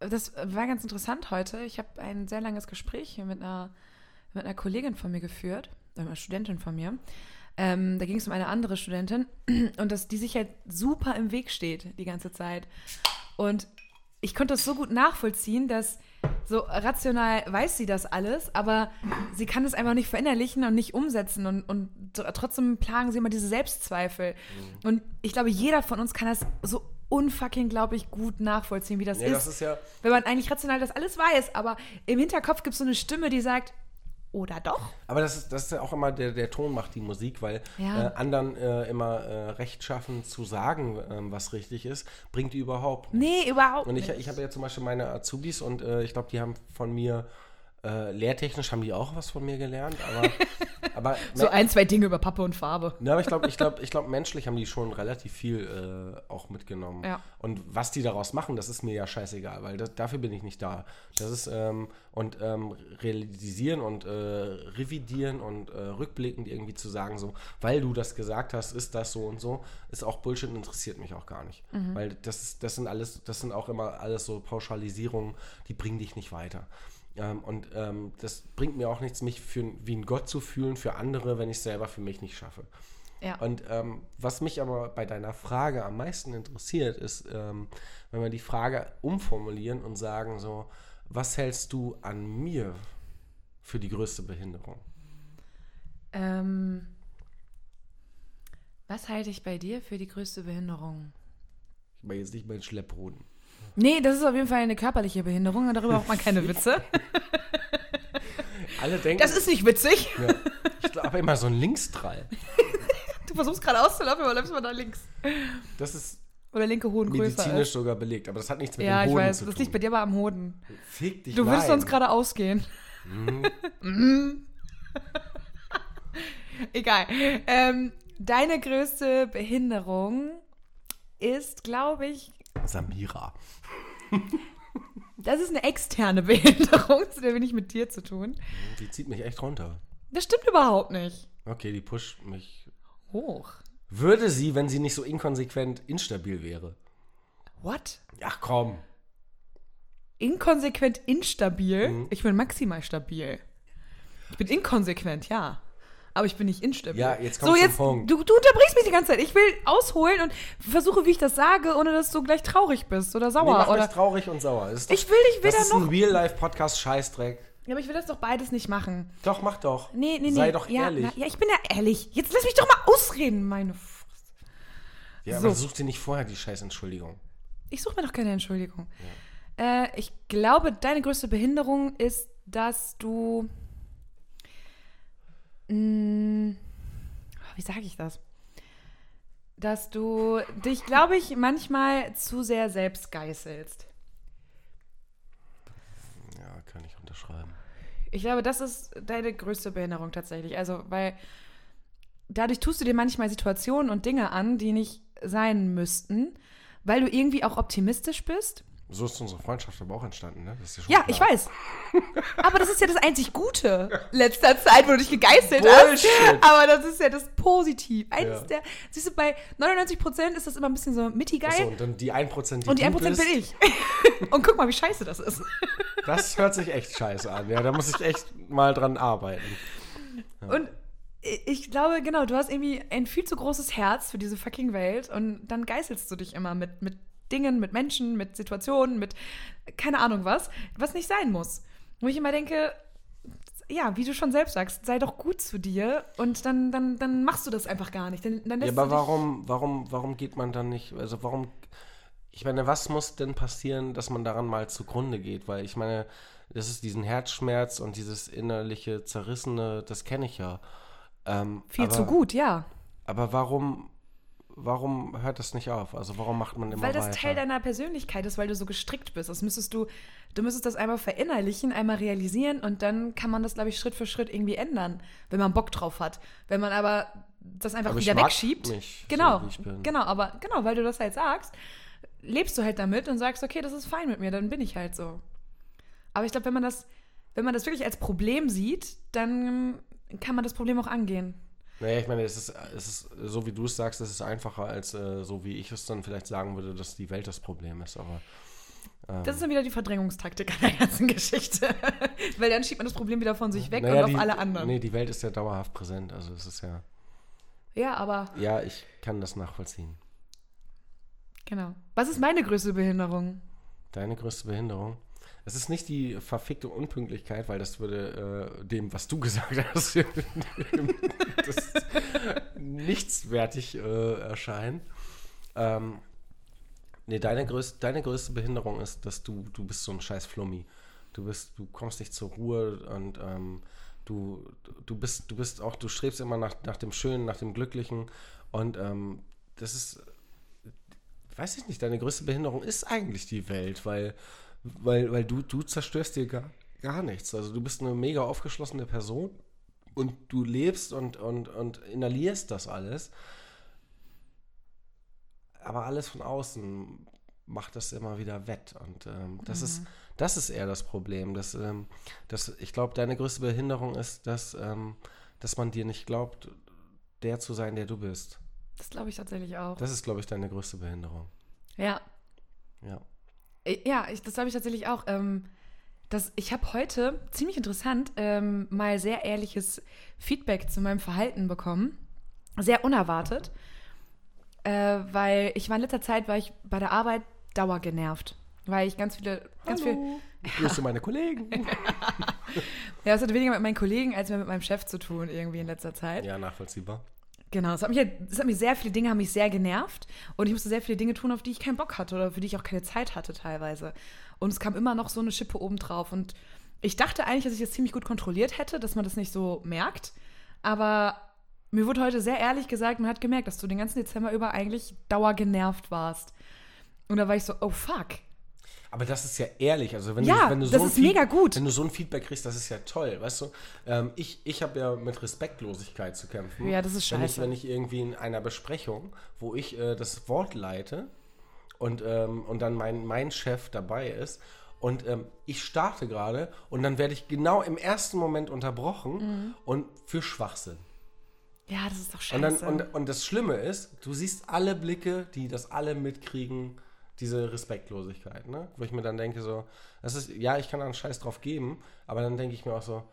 [SPEAKER 3] das war ganz interessant heute. Ich habe ein sehr langes Gespräch hier mit einer, mit einer Kollegin von mir geführt, äh, einer Studentin von mir. Ähm, da ging es um eine andere Studentin [CLEARS THROAT] und dass die sich halt super im Weg steht die ganze Zeit. Und ich konnte das so gut nachvollziehen, dass so rational weiß sie das alles, aber sie kann es einfach nicht verinnerlichen und nicht umsetzen und, und tr- trotzdem plagen sie immer diese Selbstzweifel. Und ich glaube, jeder von uns kann das so unfucking glaublich gut nachvollziehen, wie das
[SPEAKER 2] Ja,
[SPEAKER 3] ist.
[SPEAKER 2] das ist ja.
[SPEAKER 3] wenn man eigentlich rational das alles weiß, aber im Hinterkopf gibt es so eine Stimme, die sagt, oder doch?
[SPEAKER 2] Aber das ist, das ist ja auch immer der, der Ton macht die Musik, weil
[SPEAKER 3] Ja.
[SPEAKER 2] äh, anderen äh, immer äh, rechtschaffen zu sagen, ähm, was richtig ist, bringt die überhaupt
[SPEAKER 3] Nee, überhaupt
[SPEAKER 2] Und ich,
[SPEAKER 3] nicht.
[SPEAKER 2] ich habe ja zum Beispiel meine Azubis und äh, ich glaube, die haben von mir, äh, lehrtechnisch haben die auch was von mir gelernt, aber, aber,
[SPEAKER 3] so ein, zwei Dinge über Pappe und Farbe.
[SPEAKER 2] na, aber ich glaube, ich glaub, ich glaub, menschlich haben die schon relativ viel äh, auch mitgenommen.
[SPEAKER 3] Ja.
[SPEAKER 2] Und was die daraus machen, das ist mir ja scheißegal, weil das, dafür bin ich nicht da. Das ist, ähm, und ähm, realisieren und äh, revidieren und äh, rückblickend irgendwie zu sagen, so, weil du das gesagt hast, ist das so und so, ist auch Bullshit und interessiert mich auch gar nicht. Weil das, ist, das sind alles, das sind auch immer alles so Pauschalisierungen, die bringen dich nicht weiter. Ähm, und ähm, das bringt mir auch nichts, mich für, wie ein Gott zu fühlen für andere, wenn ich es selber für mich nicht schaffe.
[SPEAKER 3] Ja.
[SPEAKER 2] Und ähm, was mich aber bei deiner Frage am meisten interessiert, ist, ähm, wenn wir die Frage umformulieren und sagen so, was hältst du an mir für die größte Behinderung?
[SPEAKER 3] Ähm, was halte ich bei dir für die größte Behinderung?
[SPEAKER 2] Ich meine jetzt nicht meinen Schlepphoden.
[SPEAKER 3] Nee, das ist auf jeden Fall eine körperliche Behinderung und darüber macht man keine
[SPEAKER 2] [LAUGHS]
[SPEAKER 3] Witze.
[SPEAKER 2] Alle denken,
[SPEAKER 3] Das ist nicht witzig.
[SPEAKER 2] ja, ich habe immer so einen Linkstrall.
[SPEAKER 3] Du versuchst gerade auszulaufen, aber läufst mal da links.
[SPEAKER 2] Das ist
[SPEAKER 3] Oder linke Hoden größer
[SPEAKER 2] medizinisch
[SPEAKER 3] ist.
[SPEAKER 2] sogar belegt, aber das hat nichts mit
[SPEAKER 3] Ja,
[SPEAKER 2] dem
[SPEAKER 3] ich
[SPEAKER 2] Hoden
[SPEAKER 3] weiß,
[SPEAKER 2] zu
[SPEAKER 3] das
[SPEAKER 2] tun.
[SPEAKER 3] liegt bei dir aber am Hoden.
[SPEAKER 2] Fick dich,
[SPEAKER 3] Du würdest
[SPEAKER 2] nein.
[SPEAKER 3] sonst gerade ausgehen. [LAUGHS] Egal. Ähm, deine größte Behinderung ist, glaube ich,
[SPEAKER 2] Samira.
[SPEAKER 3] das ist eine externe [LAUGHS] Behinderung, zu der wenig mit dir zu tun.
[SPEAKER 2] Die zieht mich echt runter.
[SPEAKER 3] Das stimmt überhaupt nicht.
[SPEAKER 2] Okay, die pusht mich.
[SPEAKER 3] Hoch.
[SPEAKER 2] Würde sie, wenn sie nicht so inkonsequent instabil wäre.
[SPEAKER 3] What?
[SPEAKER 2] Ach komm.
[SPEAKER 3] Inkonsequent instabil?
[SPEAKER 2] Mhm.
[SPEAKER 3] Ich bin maximal stabil. Ich bin inkonsequent, ja. Aber ich bin nicht instabil.
[SPEAKER 2] Ja, jetzt
[SPEAKER 3] so,
[SPEAKER 2] kommst du
[SPEAKER 3] jetzt,
[SPEAKER 2] zum Punkt.
[SPEAKER 3] Du, du unterbrichst mich die ganze Zeit. Ich will ausholen und versuche, wie ich das sage, ohne dass du gleich traurig bist oder
[SPEAKER 2] Nee,
[SPEAKER 3] sauer.
[SPEAKER 2] mach mich
[SPEAKER 3] oder
[SPEAKER 2] traurig und sauer. Das ist doch-
[SPEAKER 3] ich will dich
[SPEAKER 2] das
[SPEAKER 3] weder
[SPEAKER 2] ist ein
[SPEAKER 3] noch.
[SPEAKER 2] Real-Life-Podcast-Scheißdreck.
[SPEAKER 3] Ja, aber ich will das doch beides nicht machen.
[SPEAKER 2] Doch, mach doch.
[SPEAKER 3] Nee, nee, nee.
[SPEAKER 2] Sei doch
[SPEAKER 3] ja,
[SPEAKER 2] ehrlich.
[SPEAKER 3] na, ja, ich bin ja ehrlich. Jetzt lass mich doch mal ausreden, meine Fresse.
[SPEAKER 2] ja,
[SPEAKER 3] so.
[SPEAKER 2] aber such dir nicht vorher die scheiß Entschuldigung.
[SPEAKER 3] Ich suche mir doch keine Entschuldigung. Äh, ich glaube, deine größte Behinderung ist, dass du. Mm, wie sage ich das? Dass du dich, glaube ich, manchmal zu sehr selbst geißelst.
[SPEAKER 2] Ja, kann ich unterschreiben.
[SPEAKER 3] Ich glaube, das ist deine größte Behinderung tatsächlich. Also, weil dadurch tust du dir manchmal Situationen und Dinge an, die nicht sein müssten, weil du irgendwie auch optimistisch bist.
[SPEAKER 2] So ist unsere Freundschaft aber auch entstanden, ne? Das ist dir schon
[SPEAKER 3] Ja,
[SPEAKER 2] klar.
[SPEAKER 3] ich weiß. Aber das ist ja das einzig Gute letzter Zeit, wo du dich gegeißelt
[SPEAKER 2] Bullshit.
[SPEAKER 3] hast. Aber das ist ja das Positiv. Eines
[SPEAKER 2] Ja.
[SPEAKER 3] der, siehst du, bei 99% ist das immer ein bisschen so mittigeil.
[SPEAKER 2] Achso, und dann die 1%, die
[SPEAKER 3] und die
[SPEAKER 2] du
[SPEAKER 3] 1% bin
[SPEAKER 2] bist,
[SPEAKER 3] ich. [LAUGHS] Und guck mal, wie scheiße das ist.
[SPEAKER 2] Das hört sich echt scheiße an. Ja, da muss ich echt mal dran arbeiten.
[SPEAKER 3] Und ich glaube, genau, du hast irgendwie ein viel zu großes Herz für diese fucking Welt und dann geißelst du dich immer mit, mit Dingen, mit Menschen, mit Situationen, mit keine Ahnung was, was nicht sein muss. Wo ich immer denke, ja, wie du schon selbst sagst, sei doch gut zu dir und dann, dann, dann machst du das einfach gar nicht. Dann, dann
[SPEAKER 2] Ja,
[SPEAKER 3] lässt
[SPEAKER 2] aber
[SPEAKER 3] du dich,
[SPEAKER 2] warum, warum, warum geht man dann nicht, also warum, ich meine, was muss denn passieren, dass man daran mal zugrunde geht? Weil ich meine, das ist diesen Herzschmerz und dieses innerliche Zerrissene, das kenne ich ja. Ähm,
[SPEAKER 3] Viel
[SPEAKER 2] aber,
[SPEAKER 3] zu gut, ja.
[SPEAKER 2] Aber warum, warum hört das nicht auf? Also warum macht man immer
[SPEAKER 3] Weil das
[SPEAKER 2] weiter?
[SPEAKER 3] Teil deiner Persönlichkeit ist, weil du so gestrickt bist. Das müsstest du, du müsstest das einmal verinnerlichen, einmal realisieren und dann kann man das, glaube ich, Schritt für Schritt irgendwie ändern, wenn man Bock drauf hat. Wenn man aber das einfach
[SPEAKER 2] Aber ich
[SPEAKER 3] wieder
[SPEAKER 2] mag
[SPEAKER 3] wegschiebt.
[SPEAKER 2] mich,
[SPEAKER 3] genau,
[SPEAKER 2] so wie ich bin.
[SPEAKER 3] genau, aber genau, weil du das halt sagst, lebst du halt damit und sagst, okay, das ist fein mit mir, dann bin ich halt so. Aber ich glaube, wenn man das, wenn man das wirklich als Problem sieht, dann kann man das Problem auch angehen.
[SPEAKER 2] Naja, ich meine, es ist, es ist so wie du es sagst, es ist einfacher als äh, so wie ich es dann vielleicht sagen würde, dass die Welt das Problem ist. Aber
[SPEAKER 3] Das ist dann wieder die Verdrängungstaktik an der ganzen Geschichte. [LAUGHS] Weil dann schiebt man das Problem wieder von sich weg
[SPEAKER 2] Naja,
[SPEAKER 3] und auf
[SPEAKER 2] die,
[SPEAKER 3] alle anderen.
[SPEAKER 2] Nee, die Welt ist ja dauerhaft präsent. Also es ist ja,
[SPEAKER 3] Ja, aber
[SPEAKER 2] ja, ich kann das nachvollziehen.
[SPEAKER 3] genau. Was ist meine größte Behinderung?
[SPEAKER 2] Deine größte Behinderung? Es ist nicht die verfickte Unpünktlichkeit, weil das würde äh, dem, was du [LAUGHS] gesagt hast, das nichtswertig äh, erscheinen. Ähm, nee, deine, größ deine größte Behinderung ist, dass du, du bist so ein scheiß Flummi. Du bist, du kommst nicht zur Ruhe und ähm, du, du bist, du bist auch, du strebst immer nach, nach dem Schönen, nach dem Glücklichen und ähm, das ist weiß ich nicht, deine größte Behinderung ist eigentlich die Welt, weil, weil, weil du, du zerstörst dir gar, gar nichts. Also du bist eine mega aufgeschlossene Person und du lebst und, und, und inhalierst das alles. Aber alles von außen macht das immer wieder wett. Und ähm, das, ist, das ist eher das Problem. Dass, ähm, dass, ich glaube, deine größte Behinderung ist, dass, ähm, dass man dir nicht glaubt, der zu sein, der du bist.
[SPEAKER 3] Das glaube ich tatsächlich auch.
[SPEAKER 2] Das ist, glaube ich, deine größte Behinderung.
[SPEAKER 3] ja.
[SPEAKER 2] Ja.
[SPEAKER 3] Äh, Ja, ich, das glaube ich tatsächlich auch. Ähm, das, ich habe heute, ziemlich interessant, ähm, mal sehr ehrliches Feedback zu meinem Verhalten bekommen. Sehr unerwartet. Äh, weil ich war in letzter Zeit, war ich bei der Arbeit dauergenervt. Weil ich ganz viele, ganz viel,
[SPEAKER 2] Ich grüße meine Kollegen. [LAUGHS]
[SPEAKER 3] Ja, es hat weniger mit meinen Kollegen als mehr mit meinem Chef zu tun, irgendwie in letzter Zeit.
[SPEAKER 2] Ja, nachvollziehbar.
[SPEAKER 3] Genau, es hat mich, halt- es hat mich sehr viele Dinge haben mich sehr genervt und ich musste sehr viele Dinge tun, auf die ich keinen Bock hatte oder für die ich auch keine Zeit hatte teilweise. Und es kam immer noch so eine Schippe obendrauf und ich dachte eigentlich, dass ich das ziemlich gut kontrolliert hätte, dass man das nicht so merkt, aber mir wurde heute sehr ehrlich gesagt, man hat gemerkt, dass du den ganzen Dezember über eigentlich dauer genervt warst. Und da war ich so, oh fuck.
[SPEAKER 2] Aber das ist ja ehrlich. Also wenn
[SPEAKER 3] Ja,
[SPEAKER 2] du, wenn du
[SPEAKER 3] das
[SPEAKER 2] so ein
[SPEAKER 3] ist mega gut.
[SPEAKER 2] Wenn du so ein Feedback kriegst, das ist ja toll, weißt du? Ähm, ich ich habe ja mit Respektlosigkeit zu kämpfen.
[SPEAKER 3] Ja, das ist
[SPEAKER 2] Wenn ich,
[SPEAKER 3] scheiße.
[SPEAKER 2] wenn ich irgendwie in einer Besprechung, wo ich äh, das Wort leite und, ähm, und dann mein, mein Chef dabei ist und ähm, ich starte gerade und dann werde ich genau im ersten Moment unterbrochen
[SPEAKER 3] Mhm.
[SPEAKER 2] und für Schwachsinn.
[SPEAKER 3] Ja, das ist doch scheiße.
[SPEAKER 2] Und, dann, und, und das Schlimme ist, du siehst alle Blicke, die das alle mitkriegen, diese Respektlosigkeit, ne? Wo ich mir dann denke, so, das ist, ja, ich kann da einen Scheiß drauf geben, aber dann denke ich mir auch so,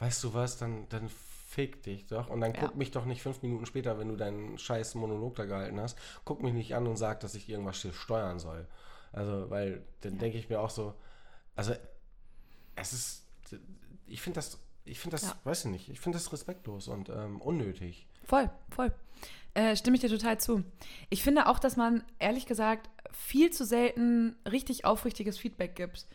[SPEAKER 2] weißt du was, dann, dann fick dich doch. Und dann
[SPEAKER 3] Ja.
[SPEAKER 2] guck mich doch nicht fünf Minuten später, wenn du deinen scheiß Monolog da gehalten hast, guck mich nicht an und sag, dass ich irgendwas hier steuern soll. Also, weil dann denke ich mir auch so, also es ist, ich finde das, ich finde das,
[SPEAKER 3] Ja.
[SPEAKER 2] weiß ich nicht, ich finde das respektlos und ähm, unnötig.
[SPEAKER 3] Voll, voll. Äh, stimme ich dir total zu. Ich finde auch, dass man ehrlich gesagt viel zu selten richtig aufrichtiges Feedback gibt.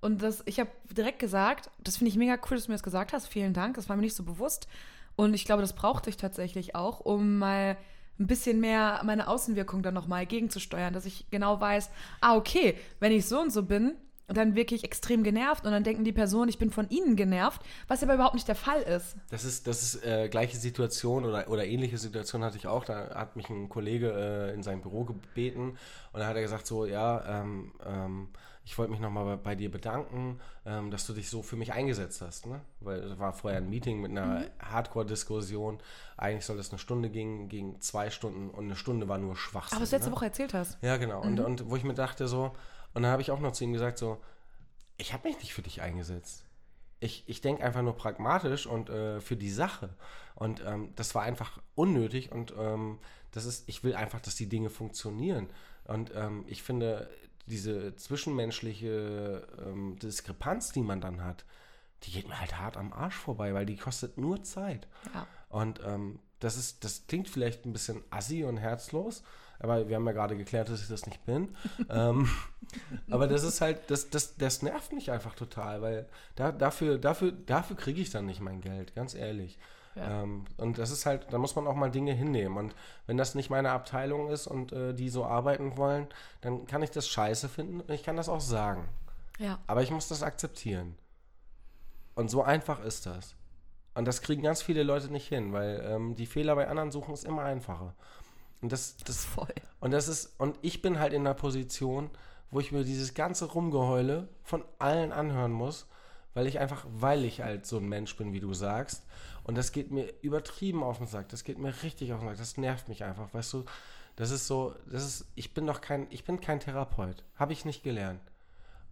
[SPEAKER 3] Und das, ich habe direkt gesagt, das finde ich mega cool, dass du mir das gesagt hast. Vielen Dank, das war mir nicht so bewusst. Und ich glaube, das brauchte ich tatsächlich auch, um mal ein bisschen mehr meine Außenwirkung dann nochmal gegenzusteuern, dass ich genau weiß, ah, okay, wenn ich so und so bin, dann wirklich extrem genervt und dann denken die Personen, ich bin von ihnen genervt, was aber überhaupt nicht der Fall ist.
[SPEAKER 2] Das ist, das ist äh, gleiche Situation oder, oder ähnliche Situation hatte ich auch. Da hat mich ein Kollege äh, in sein Büro gebeten und da hat er gesagt so, ja, ähm, ähm, ich wollte mich nochmal bei, bei dir bedanken, ähm, dass du dich so für mich eingesetzt hast. Ne? Weil es war vorher ein Meeting mit
[SPEAKER 3] Mhm.
[SPEAKER 2] einer Hardcore-Diskussion. Eigentlich soll das eine Stunde gehen, ging zwei Stunden und eine Stunde war nur Schwachsinn.
[SPEAKER 3] Aber was du letzte
[SPEAKER 2] ne?
[SPEAKER 3] Woche erzählt hast.
[SPEAKER 2] Ja, genau. Und, und wo ich mir dachte so, und dann habe ich auch noch zu ihm gesagt so, ich habe mich nicht für dich eingesetzt. Ich, ich denke einfach nur pragmatisch und äh, für die Sache. Und ähm, das war einfach unnötig und ähm, das ist, ich will einfach, dass die Dinge funktionieren. Und ähm, ich finde, diese zwischenmenschliche ähm, Diskrepanz, die man dann hat, die geht mir halt hart am Arsch vorbei, weil die kostet nur Zeit.
[SPEAKER 3] Ja.
[SPEAKER 2] Und ähm, das ist, das klingt vielleicht ein bisschen assi und herzlos, aber wir haben ja gerade geklärt, dass ich das nicht bin. ähm, aber das ist halt, das, das, das nervt mich einfach total, weil da, dafür, dafür, dafür kriege ich dann nicht mein Geld, ganz ehrlich.
[SPEAKER 3] Ja.
[SPEAKER 2] Ähm, und das ist halt, da muss man auch mal Dinge hinnehmen. Und wenn das nicht meine Abteilung ist und äh, die so arbeiten wollen, dann kann ich das scheiße finden und ich kann das auch sagen.
[SPEAKER 3] Ja.
[SPEAKER 2] Aber ich muss das akzeptieren. Und so einfach ist das. Und das kriegen ganz viele Leute nicht hin, weil ähm, die Fehler bei anderen suchen ist immer einfacher. Und das, das,
[SPEAKER 3] Voll.
[SPEAKER 2] und das ist, und ich bin halt in einer Position, wo ich mir dieses ganze Rumgeheule von allen anhören muss, weil ich einfach, weil ich halt so ein Mensch bin, wie du sagst. Und das geht mir übertrieben auf den Sack. Das geht mir richtig auf den Sack. Das nervt mich einfach, weißt du? Das ist so, das ist, ich bin doch kein, ich bin kein Therapeut. Habe ich nicht gelernt.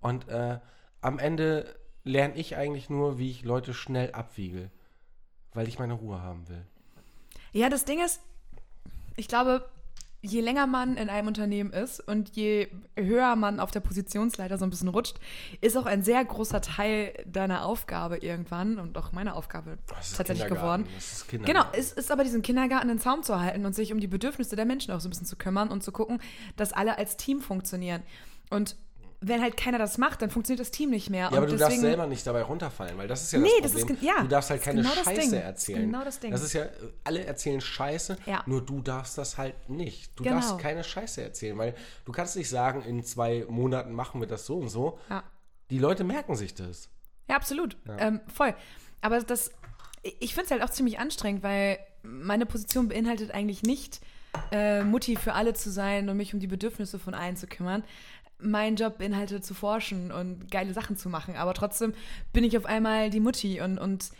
[SPEAKER 2] Und äh, am Ende lerne ich eigentlich nur, wie ich Leute schnell abwiegel, weil ich meine Ruhe haben will.
[SPEAKER 3] Ja, das Ding ist, ich glaube, je länger man in einem Unternehmen ist und je höher man auf der Positionsleiter so ein bisschen rutscht, ist auch ein sehr großer Teil deiner Aufgabe irgendwann und auch meine Aufgabe
[SPEAKER 2] Das ist
[SPEAKER 3] tatsächlich
[SPEAKER 2] Kindergarten.
[SPEAKER 3] geworden.
[SPEAKER 2] Das ist
[SPEAKER 3] Genau,
[SPEAKER 2] Kindergarten.
[SPEAKER 3] es ist aber diesen Kindergarten in Zaum zu halten und sich um die Bedürfnisse der Menschen auch so ein bisschen zu kümmern und zu gucken, dass alle als Team funktionieren. Und wenn halt keiner das macht, dann funktioniert das Team nicht mehr.
[SPEAKER 2] Ja, aber
[SPEAKER 3] und
[SPEAKER 2] du darfst selber nicht dabei runterfallen, weil das ist ja das
[SPEAKER 3] Nee, das
[SPEAKER 2] Problem.
[SPEAKER 3] ist ge- ja,
[SPEAKER 2] du darfst halt
[SPEAKER 3] das ist
[SPEAKER 2] keine
[SPEAKER 3] genau das Ding.
[SPEAKER 2] Scheiße
[SPEAKER 3] Das ist
[SPEAKER 2] erzählen.
[SPEAKER 3] genau das Ding.
[SPEAKER 2] Das ist ja, äh, alle erzählen Scheiße,
[SPEAKER 3] Ja.
[SPEAKER 2] nur du darfst das halt nicht. Du
[SPEAKER 3] Genau.
[SPEAKER 2] darfst keine Scheiße erzählen, weil du kannst nicht sagen, in zwei Monaten machen wir das so und so.
[SPEAKER 3] Ja.
[SPEAKER 2] Die Leute merken sich das.
[SPEAKER 3] Ja, absolut. Ähm, voll. Aber das, ich finde es halt auch ziemlich anstrengend, weil meine Position beinhaltet eigentlich nicht, äh, Mutti für alle zu sein und mich um die Bedürfnisse von allen zu kümmern. Mein Job beinhaltet zu forschen und geile Sachen zu machen. Aber trotzdem bin ich auf einmal die Mutti und, und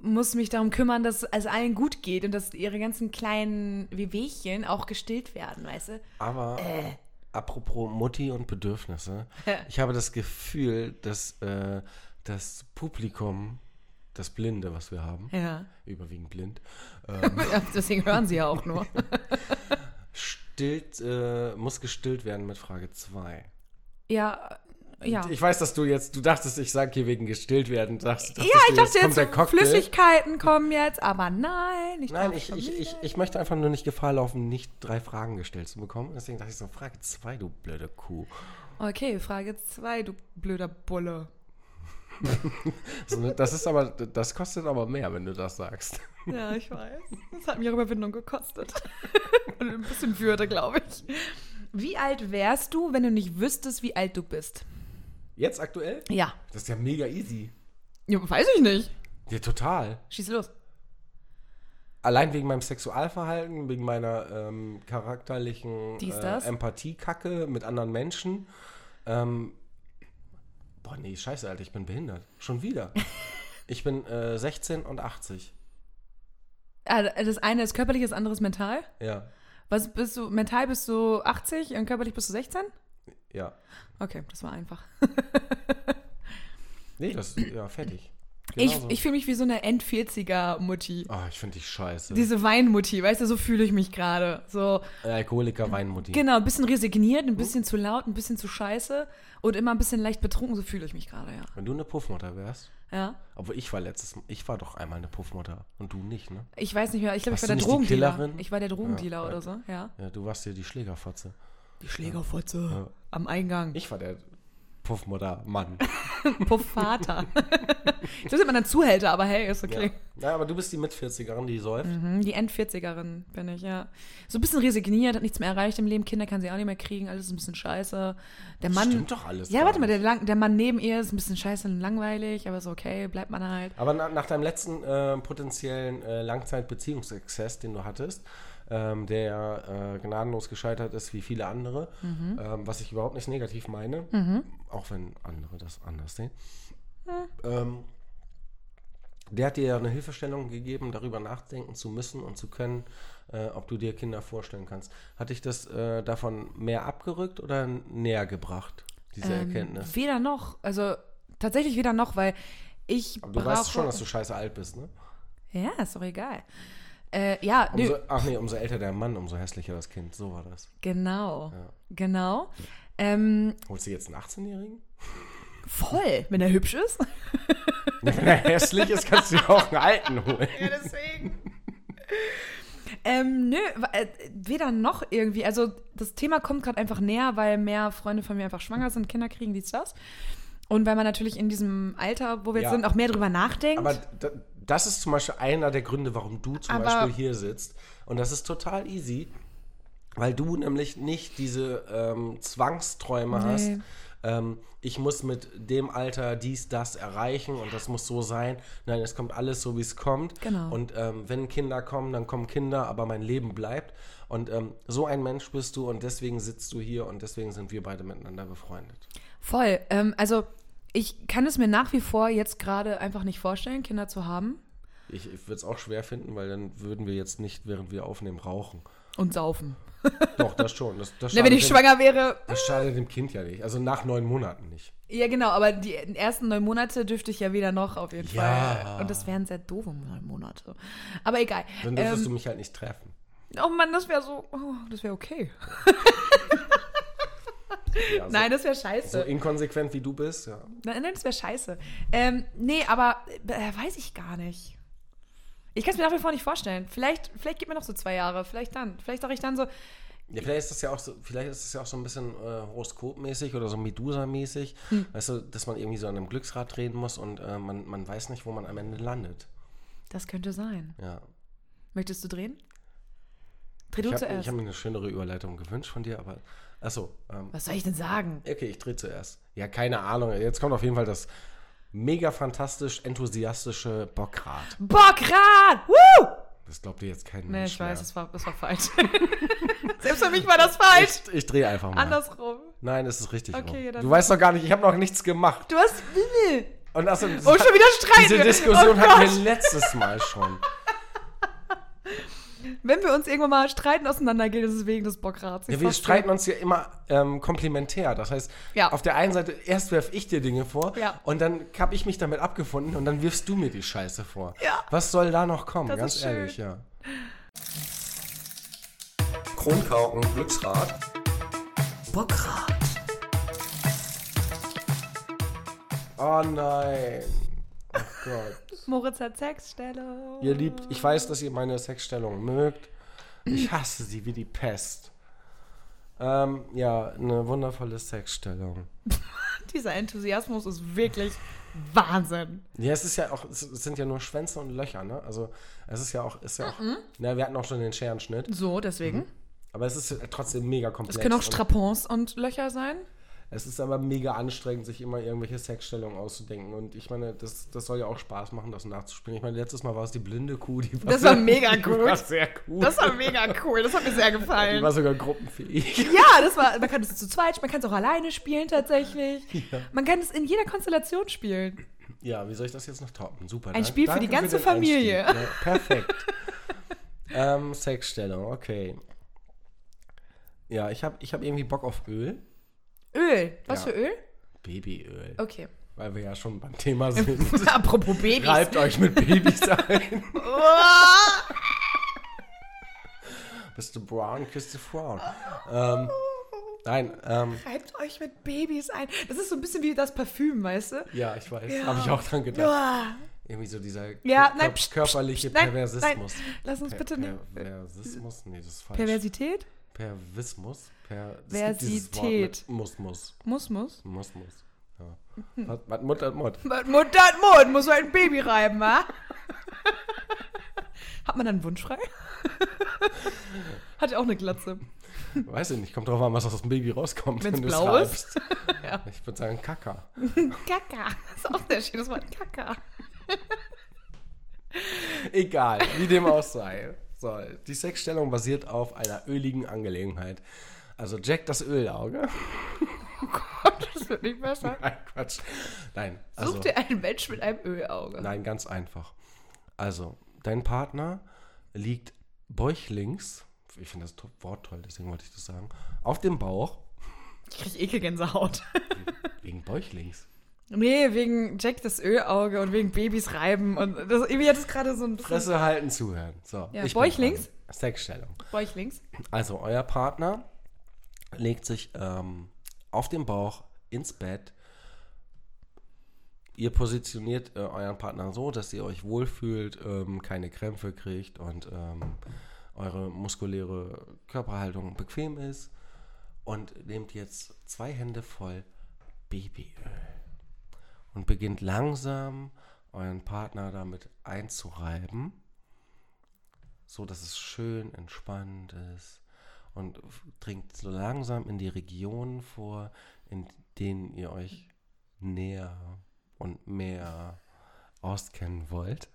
[SPEAKER 3] muss mich darum kümmern, dass es allen gut geht und dass ihre ganzen kleinen Wehwehchen auch gestillt werden, weißt du?
[SPEAKER 2] Aber
[SPEAKER 3] Äh.
[SPEAKER 2] apropos Mutti und
[SPEAKER 3] [LAUGHS]
[SPEAKER 2] Bedürfnisse, ich habe das Gefühl, dass äh, das Publikum, das Blinde, was wir haben,
[SPEAKER 3] Ja.
[SPEAKER 2] überwiegend blind,
[SPEAKER 3] Deswegen hören sie ja auch nur.
[SPEAKER 2] stillt, äh, muss gestillt werden mit Frage 2.
[SPEAKER 3] ja, ja.
[SPEAKER 2] Ich weiß, dass du jetzt, du dachtest, ich sag hier wegen gestillt werden. Dachtest, dachtest
[SPEAKER 3] Ja,
[SPEAKER 2] du,
[SPEAKER 3] ich dachte
[SPEAKER 2] kommt
[SPEAKER 3] jetzt,
[SPEAKER 2] der Cocktail.
[SPEAKER 3] Flüssigkeiten kommen jetzt, aber nein. Ich
[SPEAKER 2] Nein,
[SPEAKER 3] darf
[SPEAKER 2] ich,
[SPEAKER 3] schon
[SPEAKER 2] ich,
[SPEAKER 3] wieder.
[SPEAKER 2] ich, ich möchte einfach nur nicht Gefahr laufen, nicht drei Fragen gestellt zu bekommen. Deswegen dachte ich so, Frage 2, du blöde Kuh.
[SPEAKER 3] Okay, Frage 2, du blöder Bulle.
[SPEAKER 2] So, ne, Das ist aber, das kostet aber mehr, wenn du das sagst.
[SPEAKER 3] Ja, ich weiß. Das hat mir Überwindung gekostet. Und ein bisschen Würde, glaube ich. Wie alt wärst du, wenn du nicht wüsstest, wie alt du bist?
[SPEAKER 2] Jetzt aktuell?
[SPEAKER 3] Ja.
[SPEAKER 2] Das ist ja mega easy.
[SPEAKER 3] ja weiß ich nicht.
[SPEAKER 2] Ja, total.
[SPEAKER 3] Schieß los.
[SPEAKER 2] Allein wegen meinem Sexualverhalten, wegen meiner ähm, charakterlichen äh,
[SPEAKER 3] Dies, das?
[SPEAKER 2] Empathiekacke mit anderen Menschen. Ähm, boah, nee, scheiße, Alter, ich bin behindert. Schon wieder.
[SPEAKER 3] [LAUGHS]
[SPEAKER 2] ich bin äh, 16 und 80.
[SPEAKER 3] Ah, Das eine ist körperlich, das andere ist mental.
[SPEAKER 2] Ja,
[SPEAKER 3] Was bist du? Mental bist du 80 und körperlich bist du 16?
[SPEAKER 2] ja.
[SPEAKER 3] Okay, das war einfach.
[SPEAKER 2] Nee, das ja fertig. Genau
[SPEAKER 3] Ich, ich fühle mich wie so eine End-40er-Mutti.
[SPEAKER 2] oh, ich finde dich scheiße.
[SPEAKER 3] Diese Weinmutti, weißt du, so fühle ich mich gerade. So,
[SPEAKER 2] Äh, Alkoholiker Weinmutti.
[SPEAKER 3] genau, ein bisschen resigniert, ein bisschen zu laut, ein bisschen zu scheiße und immer ein bisschen leicht betrunken, so fühle ich mich gerade, ja.
[SPEAKER 2] Wenn du eine Puffmutter wärst,
[SPEAKER 3] ja.
[SPEAKER 2] obwohl ich war letztes Mal, ich war doch einmal eine Puffmutter und du nicht, ne?
[SPEAKER 3] Ich weiß nicht mehr, ich glaube, ich
[SPEAKER 2] Warst du
[SPEAKER 3] war der
[SPEAKER 2] nicht die
[SPEAKER 3] Drogendealer.
[SPEAKER 2] Killerin?
[SPEAKER 3] Ich war der Drogendealer
[SPEAKER 2] Ja,
[SPEAKER 3] oder
[SPEAKER 2] ja.
[SPEAKER 3] so, ja.
[SPEAKER 2] Ja, du warst hier die Schlägerfotze.
[SPEAKER 3] Die Schlägerfotze am Eingang.
[SPEAKER 2] Ich war der Puffmutter Mann. [LAUGHS]
[SPEAKER 3] Puffvater. ich glaube, man dann Zuhälter, aber hey, ist
[SPEAKER 2] Ja.
[SPEAKER 3] okay.
[SPEAKER 2] ja, aber du bist die mit 40erin, die säuft.
[SPEAKER 3] Mhm, Die End-40erin bin ich, ja. So ein bisschen resigniert, hat nichts mehr erreicht im Leben, Kinder kann sie auch nicht mehr kriegen, alles ist ein bisschen scheiße. Der Mann.
[SPEAKER 2] Stimmt doch alles.
[SPEAKER 3] Ja,
[SPEAKER 2] gar
[SPEAKER 3] warte mal, der,
[SPEAKER 2] nicht.
[SPEAKER 3] lang, der Mann neben ihr ist ein bisschen scheiße und langweilig, aber ist okay, bleibt man halt.
[SPEAKER 2] Aber na, nach deinem letzten äh, potenziellen äh, Langzeitbeziehungsexzess, den du hattest, ähm, der äh, gnadenlos gescheitert ist wie viele andere, ähm, was ich überhaupt nicht negativ meine, auch wenn andere das anders sehen, ähm, der hat dir ja eine Hilfestellung gegeben, darüber nachdenken zu müssen und zu können, äh, ob du dir Kinder vorstellen kannst. Hat dich das äh, davon mehr abgerückt oder näher gebracht, diese Erkenntnis?
[SPEAKER 3] Ähm, Weder noch, also tatsächlich weder noch, weil ich
[SPEAKER 2] Aber du
[SPEAKER 3] brauche.
[SPEAKER 2] weißt schon, dass du scheiße alt bist, ne?
[SPEAKER 3] ja, ist doch egal. Äh, ja, nö,
[SPEAKER 2] Umso, ach nee, umso älter der Mann, umso hässlicher das Kind. So war das.
[SPEAKER 3] genau,
[SPEAKER 2] Ja.
[SPEAKER 3] genau. Ähm,
[SPEAKER 2] Holst du jetzt einen [LAUGHS] 18-Jährigen?
[SPEAKER 3] voll, wenn er hübsch ist.
[SPEAKER 2] Wenn er hässlich ist, kannst du dir auch einen alten holen.
[SPEAKER 3] Ja, deswegen. ähm, nö, wa- äh, weder noch irgendwie. Also das Thema kommt gerade einfach näher, weil mehr Freunde von mir einfach schwanger sind, Kinder kriegen, dies, das. Und weil man natürlich in diesem Alter, wo wir jetzt
[SPEAKER 2] Ja.
[SPEAKER 3] sind, auch mehr drüber nachdenkt.
[SPEAKER 2] Aber da, das ist zum Beispiel einer der Gründe, warum du zum
[SPEAKER 3] Aber-
[SPEAKER 2] Beispiel hier sitzt. Und das ist total easy, weil du nämlich nicht diese ähm, Zwangsträume hast. Ähm, ich muss mit dem Alter dies, das erreichen und das muss so sein. Nein, es kommt alles so, wie es kommt.
[SPEAKER 3] Genau.
[SPEAKER 2] Und ähm, wenn Kinder kommen, dann kommen Kinder, aber mein Leben bleibt. Und ähm, so ein Mensch bist du und deswegen sitzt du hier und deswegen sind wir beide miteinander befreundet.
[SPEAKER 3] Voll. Ähm, also ich kann es mir nach wie vor jetzt gerade einfach nicht vorstellen, Kinder zu haben
[SPEAKER 2] Ich, ich würde es auch schwer finden, weil dann würden wir jetzt nicht, während wir aufnehmen, rauchen.
[SPEAKER 3] und saufen.
[SPEAKER 2] Doch, das schon. Das, das
[SPEAKER 3] Na, wenn
[SPEAKER 2] schadet
[SPEAKER 3] ich
[SPEAKER 2] dem-
[SPEAKER 3] schwanger wäre.
[SPEAKER 2] Das schadet dem Kind ja nicht. Also nach neun Monaten nicht.
[SPEAKER 3] Ja, genau, aber die ersten neun Monate dürfte ich ja weder noch auf jeden
[SPEAKER 2] Ja.
[SPEAKER 3] Fall. Und das wären sehr doofe neun Monate. Aber egal. Ähm,
[SPEAKER 2] Dann dürftest du mich halt nicht treffen.
[SPEAKER 3] Oh Mann, das wäre so. Oh, das wäre okay.
[SPEAKER 2] Ja, so,
[SPEAKER 3] Nein, das wäre
[SPEAKER 2] so
[SPEAKER 3] scheiße.
[SPEAKER 2] inkonsequent wie du bist, ja.
[SPEAKER 3] Nein, nein, das wäre scheiße. Ähm, nee, aber äh, weiß ich gar nicht. Ich kann es mir nach wie vor nicht vorstellen. Vielleicht, vielleicht gibt mir noch so zwei Jahre. Vielleicht dann. Vielleicht sage ich dann so.
[SPEAKER 2] Ja, vielleicht ist das ja auch so, vielleicht ist das ja auch so ein bisschen äh, horoskopmäßig oder so Medusa-mäßig,
[SPEAKER 3] Hm.
[SPEAKER 2] weißt du, dass man irgendwie so an einem Glücksrad drehen muss und äh, man, man weiß nicht, wo man am Ende landet.
[SPEAKER 3] Das könnte sein.
[SPEAKER 2] Ja.
[SPEAKER 3] Möchtest du drehen? Dreh du
[SPEAKER 2] Ich habe
[SPEAKER 3] zuerst.
[SPEAKER 2] hab mir eine schönere Überleitung gewünscht von dir, aber. Achso, ähm,
[SPEAKER 3] Was soll ich denn sagen?
[SPEAKER 2] okay, ich drehe zuerst. Ja, keine Ahnung. Jetzt kommt auf jeden Fall das mega fantastisch enthusiastische Bockrad.
[SPEAKER 3] Bockrad! Woo!
[SPEAKER 2] Das glaubt dir jetzt kein
[SPEAKER 3] Nee,
[SPEAKER 2] Mensch.
[SPEAKER 3] ich weiß,
[SPEAKER 2] mehr.
[SPEAKER 3] das war, das
[SPEAKER 2] [LAUGHS]
[SPEAKER 3] war falsch. Selbst für mich war das falsch.
[SPEAKER 2] Ich, ich drehe einfach mal.
[SPEAKER 3] Andersrum.
[SPEAKER 2] Nein, es ist richtig.
[SPEAKER 3] Halt! Okay,
[SPEAKER 2] rum.
[SPEAKER 3] dann-
[SPEAKER 2] Du weißt doch gar nicht, ich habe noch nichts gemacht.
[SPEAKER 3] Du hast Wimmel.
[SPEAKER 2] Und also,
[SPEAKER 3] Oh, schon wieder streiten.
[SPEAKER 2] diese
[SPEAKER 3] wir.
[SPEAKER 2] Diskussion
[SPEAKER 3] oh
[SPEAKER 2] hatten
[SPEAKER 3] Gott.
[SPEAKER 2] wir letztes Mal
[SPEAKER 3] [LAUGHS]
[SPEAKER 2] schon.
[SPEAKER 3] Wenn wir uns irgendwann mal streiten, auseinandergehen, ist es wegen des Bockrads. Ich
[SPEAKER 2] Ja, wir
[SPEAKER 3] sag's dir.
[SPEAKER 2] streiten uns ja immer ähm, komplementär. Das heißt,
[SPEAKER 3] Ja.
[SPEAKER 2] auf der einen Seite, erst werf ich dir Dinge vor
[SPEAKER 3] Ja.
[SPEAKER 2] und dann habe ich mich damit abgefunden und dann wirfst du mir die Scheiße vor.
[SPEAKER 3] Ja.
[SPEAKER 2] Was soll da noch kommen?
[SPEAKER 3] Das
[SPEAKER 2] Ganz
[SPEAKER 3] ist schön.
[SPEAKER 2] ehrlich, ja. Kronkauken, Glücksrad.
[SPEAKER 3] Bockrad.
[SPEAKER 2] Oh nein. Oh Gott.
[SPEAKER 3] Moritz hat Sexstelle.
[SPEAKER 2] ihr liebt, ich weiß, dass ihr meine Sexstellung mögt. Ich hasse sie wie die Pest. Ähm, ja, eine wundervolle Sexstellung.
[SPEAKER 3] Dieser Enthusiasmus ist wirklich Wahnsinn.
[SPEAKER 2] Ja, es ist ja auch, es es sind ja nur Schwänze und Löcher, ne? Also es ist ja auch, ist ja auch.
[SPEAKER 3] Mhm.
[SPEAKER 2] Na, wir hatten auch schon den Scherenschnitt,
[SPEAKER 3] So, deswegen.
[SPEAKER 2] aber es ist trotzdem mega komplex.
[SPEAKER 3] Es Mhm. können
[SPEAKER 2] und
[SPEAKER 3] auch Strapons und Löcher sein.
[SPEAKER 2] es ist aber mega anstrengend, sich immer irgendwelche Sexstellungen auszudenken. Und ich meine, das, das soll ja auch Spaß machen, das nachzuspielen. Ich meine, letztes Mal war es die blinde Kuh, die war,
[SPEAKER 3] Das
[SPEAKER 2] [LAUGHS]
[SPEAKER 3] war mega
[SPEAKER 2] die
[SPEAKER 3] gut.
[SPEAKER 2] War sehr gut.
[SPEAKER 3] Das war mega cool. Das hat mir
[SPEAKER 2] [LAUGHS]
[SPEAKER 3] sehr
[SPEAKER 2] die
[SPEAKER 3] gefallen.
[SPEAKER 2] war sogar gruppenfähig.
[SPEAKER 3] Ja, das war. Man kann es zu zweit, man kann es auch alleine spielen tatsächlich. Man kann es in jeder Konstellation spielen.
[SPEAKER 2] Ja, wie soll ich das jetzt noch toppen? Super.
[SPEAKER 3] Ein Spiel für die ganze
[SPEAKER 2] den
[SPEAKER 3] Familie.
[SPEAKER 2] Einstieg. Ja, perfekt.
[SPEAKER 3] [LAUGHS]
[SPEAKER 2] ähm, Sexstellung, okay. Ja, ich habe ich hab irgendwie Bock auf Öl.
[SPEAKER 3] Öl. Was
[SPEAKER 2] Ja.
[SPEAKER 3] für Öl?
[SPEAKER 2] Babyöl.
[SPEAKER 3] Okay.
[SPEAKER 2] Weil wir ja schon beim
[SPEAKER 3] [LAUGHS]
[SPEAKER 2] Thema sind.
[SPEAKER 3] Apropos Babys.
[SPEAKER 2] Reibt euch mit Babys ein. [LAUGHS]
[SPEAKER 3] Oh,
[SPEAKER 2] Bist du brown, küsst du Frauen. Ähm, nein, ähm,
[SPEAKER 3] reibt euch mit Babys ein. Das ist so ein bisschen wie das Parfüm, weißt du?
[SPEAKER 2] ja, ich weiß. Habe ich auch dran gedacht.
[SPEAKER 3] Ja,
[SPEAKER 2] Irgendwie so dieser
[SPEAKER 3] Ja,
[SPEAKER 2] kö-
[SPEAKER 3] nein,
[SPEAKER 2] kör-
[SPEAKER 3] pst,
[SPEAKER 2] körperliche
[SPEAKER 3] pst, nein,
[SPEAKER 2] Perversismus.
[SPEAKER 3] nein. Lass uns
[SPEAKER 2] Per-
[SPEAKER 3] bitte nicht.
[SPEAKER 2] Perversismus? Nee, das ist falsch.
[SPEAKER 3] Perversität?
[SPEAKER 2] Pervismus? Per es gibt dieses Wort
[SPEAKER 3] Versität.
[SPEAKER 2] mit Muss, muss.
[SPEAKER 3] Muss, muss.
[SPEAKER 2] Muss, muss. Ja. Was, was Mut hat Mut.
[SPEAKER 3] Mit Mund an Mund muss man ein Baby reiben, wa? [LAUGHS] Hat man dann einen Wunsch frei? [LAUGHS] Hat ja auch eine Glatze.
[SPEAKER 2] Weiß ich nicht, kommt drauf an, was aus dem Baby rauskommt.
[SPEAKER 3] Wenn's
[SPEAKER 2] wenn du's
[SPEAKER 3] blau
[SPEAKER 2] reibst.
[SPEAKER 3] [LAUGHS] Ja.
[SPEAKER 2] Ich würde sagen Kaka.
[SPEAKER 3] Kaka. ist auch ein sehr schönes Wort. Kaka.
[SPEAKER 2] Egal, wie dem auch sei. So, die Sexstellung basiert auf einer öligen Angelegenheit. Also Jack das Ölauge. [LAUGHS]
[SPEAKER 3] Das wird nicht besser.
[SPEAKER 2] Nein, Quatsch. Nein, also,
[SPEAKER 3] Such dir einen Mensch mit einem Ölauge.
[SPEAKER 2] nein, ganz einfach. Also, dein Partner liegt bäuchlings, ich finde das to- Wort toll, deswegen wollte ich das sagen, auf dem Bauch,
[SPEAKER 3] Ich krieg Ekelgänsehaut.
[SPEAKER 2] wegen bäuchlings.
[SPEAKER 3] [LAUGHS] Nee, wegen Jack das Ölauge und wegen Babys reiben. Und das, irgendwie hat es gerade so ein bisschen.
[SPEAKER 2] Fresse halten, zuhören. So,
[SPEAKER 3] Ja,
[SPEAKER 2] bin
[SPEAKER 3] bäuchlings?
[SPEAKER 2] dran. Sexstellung.
[SPEAKER 3] Bäuchlings.
[SPEAKER 2] Also, euer Partner legt sich ähm, auf den Bauch ins Bett. Ihr positioniert äh, euren Partner so, dass ihr euch wohlfühlt, ähm, keine Krämpfe kriegt und ähm, eure muskuläre Körperhaltung bequem ist. Und nehmt jetzt zwei Hände voll Babyöl und beginnt langsam euren Partner damit einzureiben, so dass es schön entspannt ist und f- dringt so langsam in die Regionen vor, in denen ihr euch näher und mehr auskennen wollt.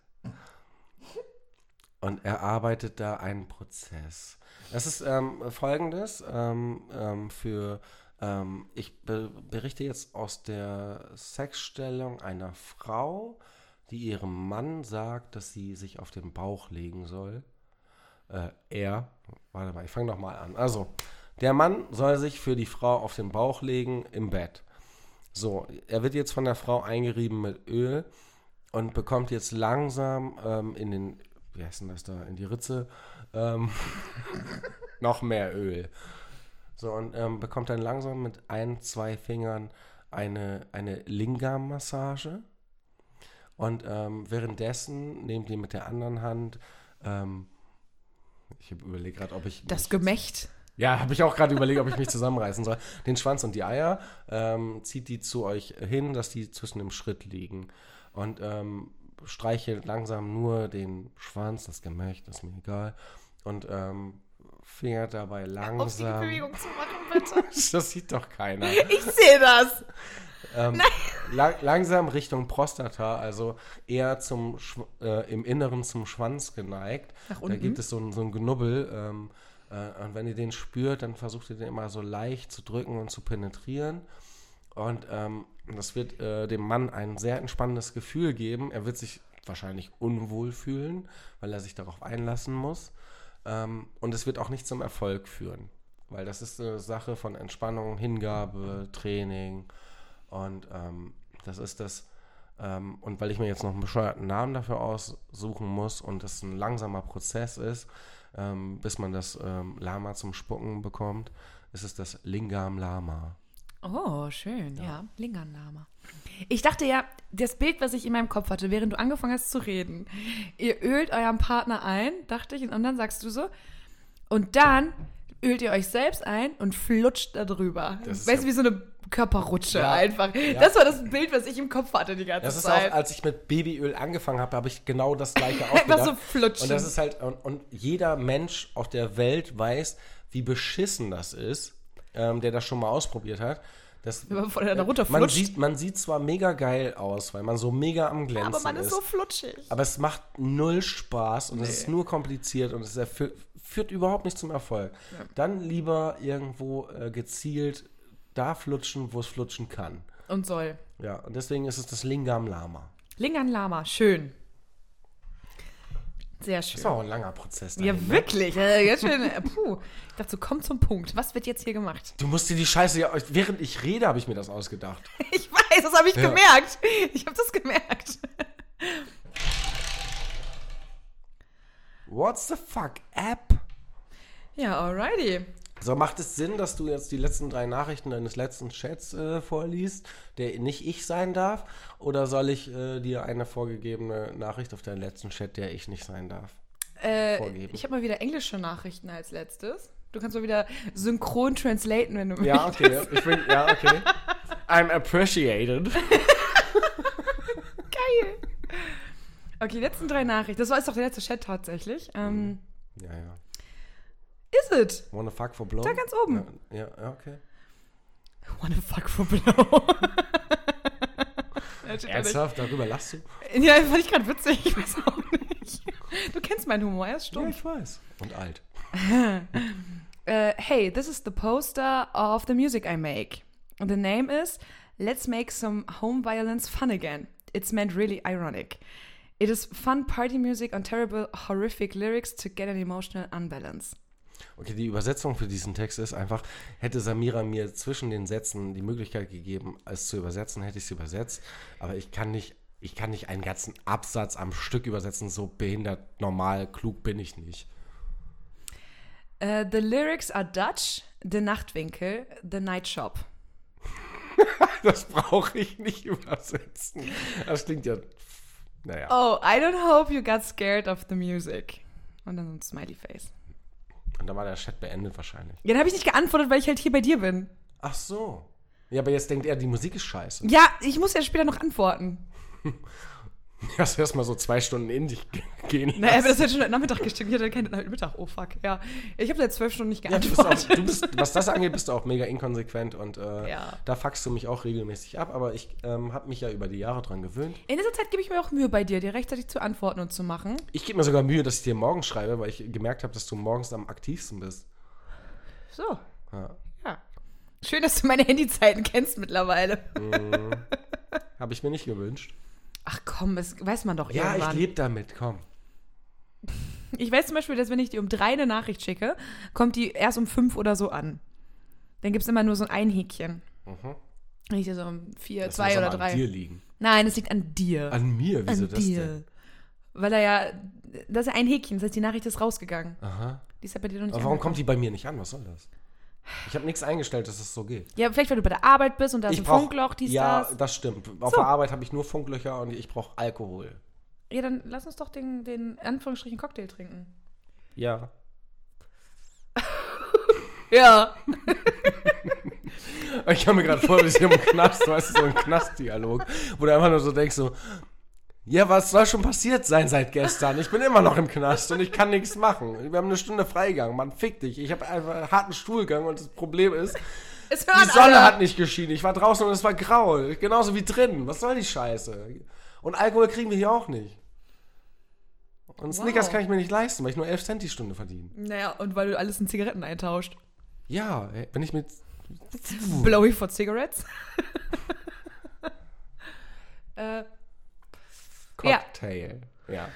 [SPEAKER 2] Und erarbeitet da einen Prozess. Es ist ähm, folgendes ähm, ähm, für, ähm, ich be berichte jetzt aus der Sexstellung einer Frau, die ihrem Mann sagt, dass sie sich auf den Bauch legen soll. Äh, er, warte mal, ich fange nochmal an. Also, der Mann soll sich für die Frau auf den Bauch legen im Bett. So, er wird jetzt von der Frau eingerieben mit Öl und bekommt jetzt langsam ähm, in den, wie heißt denn das da, in die Ritze, ähm, [LAUGHS] noch mehr Öl. So, und ähm, bekommt dann langsam mit ein, zwei Fingern eine, eine Lingam-Massage. Und ähm, währenddessen nehmt ihr mit der anderen Hand, ähm, ich überlege gerade, ob ich.
[SPEAKER 3] Das Gemächt.
[SPEAKER 2] Ja, habe ich auch gerade überlegt, ob ich mich zusammenreißen soll. Den Schwanz und die Eier ähm, zieht die zu euch hin, dass die zwischen dem Schritt liegen. Und ähm, streichelt langsam nur den Schwanz, das Gemächt, ist mir egal. Und ähm, fingert dabei
[SPEAKER 3] Auf die
[SPEAKER 2] langsam.
[SPEAKER 3] Bewegung zu machen, bitte.
[SPEAKER 2] [LAUGHS] das sieht doch keiner.
[SPEAKER 3] Ich sehe das.
[SPEAKER 2] Ähm, lang, langsam Richtung Prostata, also eher zum Schw äh, im Inneren zum Schwanz geneigt.
[SPEAKER 3] Nach
[SPEAKER 2] Da
[SPEAKER 3] unten?
[SPEAKER 2] gibt es so einen so einen Knubbel. Ähm, äh, und wenn ihr den spürt, dann versucht ihr den immer so leicht zu drücken und zu penetrieren. Und ähm, das wird äh, dem Mann ein sehr entspannendes Gefühl geben. Er wird sich wahrscheinlich unwohl fühlen, weil er sich darauf einlassen muss. Ähm, und es wird auch nicht zum Erfolg führen, weil das ist eine Sache von Entspannung, Hingabe, Training. Und ähm, das ist das. Ähm, und weil ich mir jetzt noch einen bescheuerten Namen dafür aussuchen muss und das ein langsamer Prozess ist, ähm, bis man das ähm, Lama zum Spucken bekommt, ist es das Lingam Lama.
[SPEAKER 3] Oh, schön, ja. Lingername. Ich dachte ja, das Bild, was ich in meinem Kopf hatte, während du angefangen hast zu reden, ihr ölt euren Partner ein, dachte ich, und dann sagst du so, und dann ölt ihr euch selbst ein und flutscht da drüber.
[SPEAKER 2] Das ist
[SPEAKER 3] Weißt
[SPEAKER 2] ja-
[SPEAKER 3] du, wie so eine Körperrutsche
[SPEAKER 2] Ja.
[SPEAKER 3] einfach. Das war das Bild, was ich im Kopf hatte die ganze
[SPEAKER 2] Das ist
[SPEAKER 3] Zeit.
[SPEAKER 2] auch, als ich mit Babyöl angefangen habe, habe ich genau das
[SPEAKER 3] [LAUGHS]
[SPEAKER 2] gleiche auch
[SPEAKER 3] Einfach
[SPEAKER 2] gedacht.
[SPEAKER 3] so flutschen.
[SPEAKER 2] Und das ist halt, und, und jeder Mensch auf der Welt weiß, wie beschissen das ist, ähm, der das schon mal ausprobiert hat. Das, äh,
[SPEAKER 3] Wenn man von der da
[SPEAKER 2] man,
[SPEAKER 3] runterflutscht.
[SPEAKER 2] sieht, man sieht zwar mega geil aus, weil man so mega am Glänzen
[SPEAKER 3] aber man ist
[SPEAKER 2] ist
[SPEAKER 3] so flutschig.
[SPEAKER 2] aber es macht null Spaß und es ist nur kompliziert und es erfü- führt überhaupt nicht zum Erfolg. Dann lieber irgendwo äh, gezielt da flutschen, wo es flutschen kann.
[SPEAKER 3] Und soll.
[SPEAKER 2] Ja, und deswegen ist es das Lingam Lama.
[SPEAKER 3] Lingern Lama, schön. Sehr schön.
[SPEAKER 2] Das war auch ein langer Prozess.
[SPEAKER 3] Ja,
[SPEAKER 2] dahin, ne?
[SPEAKER 3] wirklich. Äh, ganz schön. äh, Puh. Ich dachte so, komm zum Punkt. Was wird jetzt hier gemacht? [LAUGHS]
[SPEAKER 2] Du musst dir die Scheiße ja. Während ich rede, habe ich mir das ausgedacht.
[SPEAKER 3] Ich weiß, das habe ich
[SPEAKER 2] Ja.
[SPEAKER 3] gemerkt. Ich habe das gemerkt.
[SPEAKER 2] What's the fuck, App?
[SPEAKER 3] Ja, alrighty.
[SPEAKER 2] So, macht es Sinn, dass du jetzt die letzten drei Nachrichten deines letzten Chats äh, vorliest, der nicht ich sein darf? Oder soll ich äh, dir eine vorgegebene Nachricht auf deinen letzten Chat, der ich nicht sein darf?
[SPEAKER 3] Äh,
[SPEAKER 2] Vorgeben.
[SPEAKER 3] ich habe mal wieder englische Nachrichten als letztes. Du kannst mal wieder synchron translaten, wenn du
[SPEAKER 2] Ja,
[SPEAKER 3] möchtest.
[SPEAKER 2] okay. Ich bin, ja, okay. I'm appreciated.
[SPEAKER 3] Geil. Okay, die letzten drei Nachrichten. Das war jetzt doch der letzte Chat tatsächlich. Ähm,
[SPEAKER 2] Ja, ja.
[SPEAKER 3] Is it?
[SPEAKER 2] Wanna fuck for blow?
[SPEAKER 3] Da ganz oben.
[SPEAKER 2] Ja, ja, okay.
[SPEAKER 3] What the fuck for blow? Da steht da nicht.
[SPEAKER 2] Ernsthaft, darüber lachst du?
[SPEAKER 3] Ja, fand ich gerade witzig. Ich weiß auch nicht. Du kennst meinen Humor, er ist stumpf.
[SPEAKER 2] Ja, ich weiß. Und alt.
[SPEAKER 3] uh, hey, this is the poster of the music I make. And the name is Let's Make Some Home Violence Fun Again. It's meant really ironic. It is fun party music on terrible, horrific lyrics to get an emotional unbalance.
[SPEAKER 2] Okay, die Übersetzung für diesen Text ist einfach, hätte Samira mir zwischen den Sätzen die Möglichkeit gegeben, es zu übersetzen, hätte ich es übersetzt. Aber ich kann nicht, ich kann nicht einen ganzen Absatz am Stück übersetzen, so behindert, normal, klug bin ich nicht. [LAUGHS]
[SPEAKER 3] Uh, the lyrics are Dutch, The Nachtwinkel, The Night Shop.
[SPEAKER 2] Das brauche ich nicht übersetzen. Das klingt ja, naja.
[SPEAKER 3] Oh, I don't hope you got scared of the music. Und dann so ein Smiley Face.
[SPEAKER 2] Und dann war der Chat beendet wahrscheinlich.
[SPEAKER 3] Ja, dann habe ich nicht geantwortet, weil ich halt hier bei dir bin.
[SPEAKER 2] Ach so. Ja, aber jetzt denkt er, die Musik ist scheiße. [LAUGHS]
[SPEAKER 3] Ja, ich muss ja später noch antworten.
[SPEAKER 2] Hast erstmal so zwei Stunden in dich ge- gehen lassen.
[SPEAKER 3] Naja, aber das hätte schon heute Nachmittag gestimmt. Ich hatte keinen heute Mittag. Oh fuck, ja. Ich habe seit zwölf Stunden nicht
[SPEAKER 2] ja, du bist auch,
[SPEAKER 3] geantwortet.
[SPEAKER 2] du bist, was das angeht, bist du auch mega inkonsequent und äh,
[SPEAKER 3] Ja.
[SPEAKER 2] da fuckst du mich auch regelmäßig ab, aber ich ähm, habe mich ja über die Jahre dran gewöhnt.
[SPEAKER 3] In dieser Zeit gebe ich mir auch Mühe bei dir, dir rechtzeitig zu antworten und zu machen.
[SPEAKER 2] Ich gebe mir sogar Mühe, dass ich dir morgens schreibe, weil ich gemerkt habe, dass du morgens am aktivsten bist.
[SPEAKER 3] So,
[SPEAKER 2] Ja.
[SPEAKER 3] ja. Schön, dass du meine Handyzeiten kennst mittlerweile.
[SPEAKER 2] Habe ich mir nicht gewünscht.
[SPEAKER 3] Ach komm, das weiß man doch
[SPEAKER 2] Ja, ich
[SPEAKER 3] irgendwann.
[SPEAKER 2] lebe damit, komm.
[SPEAKER 3] Äh, Ich weiß zum Beispiel, dass wenn ich dir um drei eine Nachricht schicke, kommt die erst um fünf oder so an. Dann gibt es immer nur so ein Häkchen. Wenn ich dir so um vier,
[SPEAKER 2] Mhm. Das
[SPEAKER 3] zwei
[SPEAKER 2] muss
[SPEAKER 3] oder
[SPEAKER 2] aber An dir
[SPEAKER 3] drei.
[SPEAKER 2] liegen.
[SPEAKER 3] Nein, es liegt an dir.
[SPEAKER 2] An mir, wieso
[SPEAKER 3] an
[SPEAKER 2] das
[SPEAKER 3] dir.
[SPEAKER 2] denn?
[SPEAKER 3] Weil er ja, das ist ja ein Häkchen, das heißt, die Nachricht ist rausgegangen.
[SPEAKER 2] Aha.
[SPEAKER 3] Die ist ja bei dir noch nicht
[SPEAKER 2] Aber warum
[SPEAKER 3] angekommen.
[SPEAKER 2] kommt die bei mir nicht an? Was soll das? Ich habe nichts eingestellt, dass es so geht.
[SPEAKER 3] Ja, vielleicht, weil du bei der Arbeit bist und da ist
[SPEAKER 2] ich
[SPEAKER 3] ein
[SPEAKER 2] brauch-
[SPEAKER 3] Funkloch, dies,
[SPEAKER 2] Ja,
[SPEAKER 3] das.
[SPEAKER 2] das stimmt. Auf
[SPEAKER 3] So.
[SPEAKER 2] der Arbeit habe ich nur Funklöcher und ich brauche Alkohol.
[SPEAKER 3] Ja, dann lass uns doch den, den Anführungsstrichen Cocktail trinken.
[SPEAKER 2] Ja.
[SPEAKER 3] Ja.
[SPEAKER 2] Ich kann mir gerade vor, wir sind im Knast, weißt du, so ein Knastdialog, wo du einfach nur so denkst, so, ja, was soll schon passiert sein seit gestern? Ich bin immer noch im Knast und ich kann nichts machen. Wir haben eine Stunde Freigang, Mann, fick dich. Ich habe einfach einen harten Stuhlgang und das Problem
[SPEAKER 3] [LAUGHS]
[SPEAKER 2] ist,
[SPEAKER 3] Es
[SPEAKER 2] die
[SPEAKER 3] hören
[SPEAKER 2] Sonne
[SPEAKER 3] alle.
[SPEAKER 2] hat nicht geschienen. Ich war draußen und es war grau, genauso wie drinnen. Was soll die Scheiße? Und Alkohol kriegen wir hier auch nicht. Und Snickers kann ich mir nicht leisten, weil ich nur 11 Cent die Stunde verdiene.
[SPEAKER 3] Naja, und weil du alles in Zigaretten eintauscht.
[SPEAKER 2] Ja, ey, wenn ich mit
[SPEAKER 3] Blowy for cigarettes. äh, Ja.
[SPEAKER 2] Cocktail. Ja.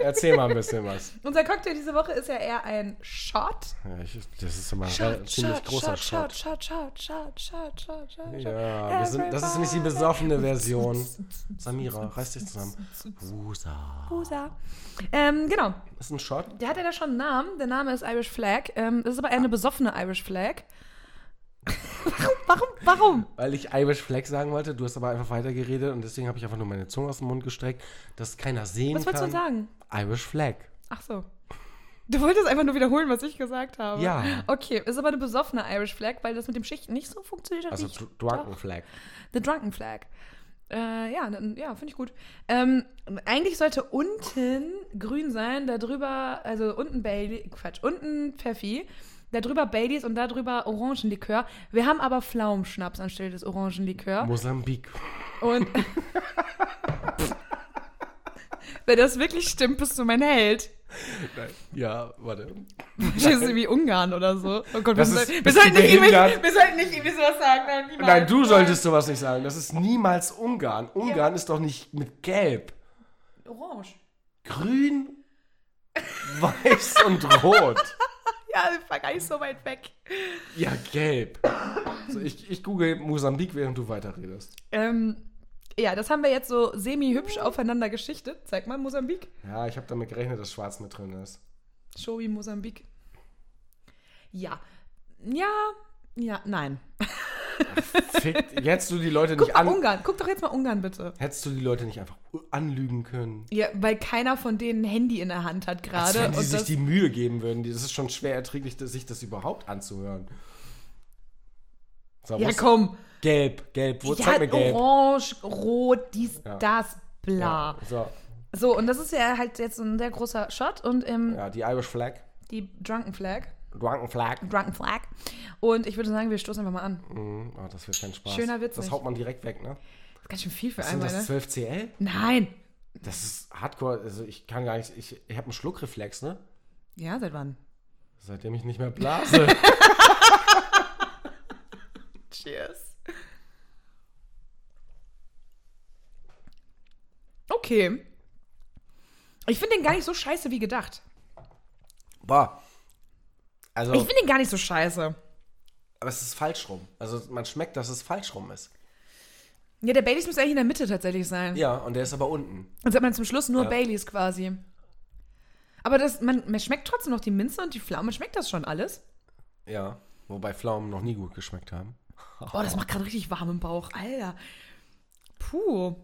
[SPEAKER 2] Erzähl mal ein bisschen was.
[SPEAKER 3] unser Cocktail diese Woche ist ja eher ein Shot.
[SPEAKER 2] Ja, ich, das ist immer ein
[SPEAKER 3] Shot,
[SPEAKER 2] ziemlich
[SPEAKER 3] Shot,
[SPEAKER 2] großer
[SPEAKER 3] Shot,
[SPEAKER 2] Shot.
[SPEAKER 3] Shot, Shot, Shot, Shot, Shot, Shot, Shot.
[SPEAKER 2] Ja, wir sind, das ist nicht die besoffene Version. Samira, reiß dich zusammen. Wusa.
[SPEAKER 3] Busa. Ähm, genau.
[SPEAKER 2] Ist ein Shot?
[SPEAKER 3] Der hat ja da schon einen Namen. Der Name ist Irish Flag. Ähm, das ist aber eher eine besoffene Irish
[SPEAKER 2] [LAUGHS]
[SPEAKER 3] Flag. warum, warum,
[SPEAKER 2] Weil ich Irish Flag sagen wollte, du hast aber einfach weitergeredet und deswegen habe ich einfach nur meine Zunge aus dem Mund gestreckt, dass keiner sehen
[SPEAKER 3] Was
[SPEAKER 2] kann.
[SPEAKER 3] wolltest du sagen?
[SPEAKER 2] Irish Flag.
[SPEAKER 3] Ach so. Du wolltest einfach nur wiederholen, was ich gesagt habe.
[SPEAKER 2] Ja.
[SPEAKER 3] Okay, ist aber eine besoffene Irish Flag, weil das mit dem Schichten nicht so funktioniert hat.
[SPEAKER 2] Also
[SPEAKER 3] wie ich
[SPEAKER 2] Dr- Drunken Flag.
[SPEAKER 3] The Drunken Flag. Äh, ja, dann- ja finde ich gut. Ähm, eigentlich sollte unten grün sein, darüber, also unten Bailey, Quatsch, unten Pfeffi, darüber Baileys und darüber Orangenlikör. Wir haben aber Pflaumenschnaps anstelle des Orangenlikör.
[SPEAKER 2] Mosambik. [LAUGHS]
[SPEAKER 3] Und wenn das wirklich stimmt, bist du mein Held.
[SPEAKER 2] Ja, warte.
[SPEAKER 3] Verstehst du, wie Ungarn oder so? Oh Gott, wir,
[SPEAKER 2] Das
[SPEAKER 3] sollten-
[SPEAKER 2] ist-
[SPEAKER 3] wir,
[SPEAKER 2] bist
[SPEAKER 3] sollten
[SPEAKER 2] du
[SPEAKER 3] nicht irgendwelche-
[SPEAKER 2] behindert?
[SPEAKER 3] wir sollten nicht irgendwie sowas sagen. Nein, niemals.
[SPEAKER 2] Nein, du solltest sowas nicht sagen. Das ist niemals Ungarn. Ungarn ist doch nicht mit Gelb.
[SPEAKER 3] Orange.
[SPEAKER 2] Grün, [LAUGHS] Weiß und Rot.
[SPEAKER 3] Ja, ich war gar nicht so weit weg.
[SPEAKER 2] Ja, gelb. So, ich, ich google Mosambik, während du weiterredest.
[SPEAKER 3] Ähm, ja, das haben wir jetzt so semi-hübsch aufeinander geschichtet. Zeig mal, Mosambik.
[SPEAKER 2] Ja, ich habe damit gerechnet, dass schwarz mit drin ist.
[SPEAKER 3] Show wie Mosambik. Ja. Ja. Ja, nein.
[SPEAKER 2] Fick, hättest du die Leute
[SPEAKER 3] Guck
[SPEAKER 2] nicht
[SPEAKER 3] mal um-
[SPEAKER 2] an,
[SPEAKER 3] Ungarn. Guck doch jetzt mal Ungarn, bitte.
[SPEAKER 2] hättest du die Leute nicht einfach u- anlügen können?
[SPEAKER 3] Ja, weil keiner von denen ein Handy in der Hand hat
[SPEAKER 2] Als
[SPEAKER 3] gerade.
[SPEAKER 2] wenn die
[SPEAKER 3] und
[SPEAKER 2] sich
[SPEAKER 3] das-
[SPEAKER 2] die Mühe geben würden. Die- Das ist schon schwer erträglich, dass- sich das überhaupt anzuhören. So, wo
[SPEAKER 3] Ja,
[SPEAKER 2] ist-
[SPEAKER 3] komm.
[SPEAKER 2] Gelb, gelb. Wo zeig
[SPEAKER 3] Ja,
[SPEAKER 2] mir gelb?
[SPEAKER 3] orange, rot, dies,
[SPEAKER 2] Ja.
[SPEAKER 3] das, bla.
[SPEAKER 2] Ja, so,
[SPEAKER 3] So, und das ist ja halt jetzt ein sehr großer Shot und ähm,
[SPEAKER 2] ja, die Irish Flag.
[SPEAKER 3] die Drunken Flag.
[SPEAKER 2] Drunken Flag.
[SPEAKER 3] Drunken Flag. Und ich würde sagen, wir stoßen einfach mal an.
[SPEAKER 2] Mhm, oh, das wird kein Spaß.
[SPEAKER 3] Schöner Witz
[SPEAKER 2] Das
[SPEAKER 3] nicht.
[SPEAKER 2] haut man direkt weg, ne?
[SPEAKER 3] Das ist ganz schön viel für
[SPEAKER 2] Sind
[SPEAKER 3] einmal,
[SPEAKER 2] das
[SPEAKER 3] ne?
[SPEAKER 2] 12CL?
[SPEAKER 3] Nein.
[SPEAKER 2] Das ist hardcore, also ich kann gar nicht, ich, ich habe einen Schluckreflex, ne?
[SPEAKER 3] Ja, seit wann?
[SPEAKER 2] Seitdem ich nicht mehr blase. [LAUGHS]
[SPEAKER 3] Cheers. Okay. Ich finde den gar nicht so scheiße wie gedacht.
[SPEAKER 2] Boah.
[SPEAKER 3] Ich
[SPEAKER 2] Also,
[SPEAKER 3] finde den gar nicht so scheiße.
[SPEAKER 2] aber es ist falsch rum. Also, man schmeckt, dass es falsch rum ist.
[SPEAKER 3] Ja, der Baileys muss eigentlich in der Mitte tatsächlich sein.
[SPEAKER 2] Ja, und der ist aber unten.
[SPEAKER 3] Und hat man zum Schluss nur Baileys quasi. Aber das, man, man schmeckt trotzdem noch die Minze und die Pflaume. Schmeckt das schon alles?
[SPEAKER 2] Ja. Wobei Pflaumen noch nie gut geschmeckt haben.
[SPEAKER 3] Boah, das macht gerade richtig warm im Bauch. Alter. Puh.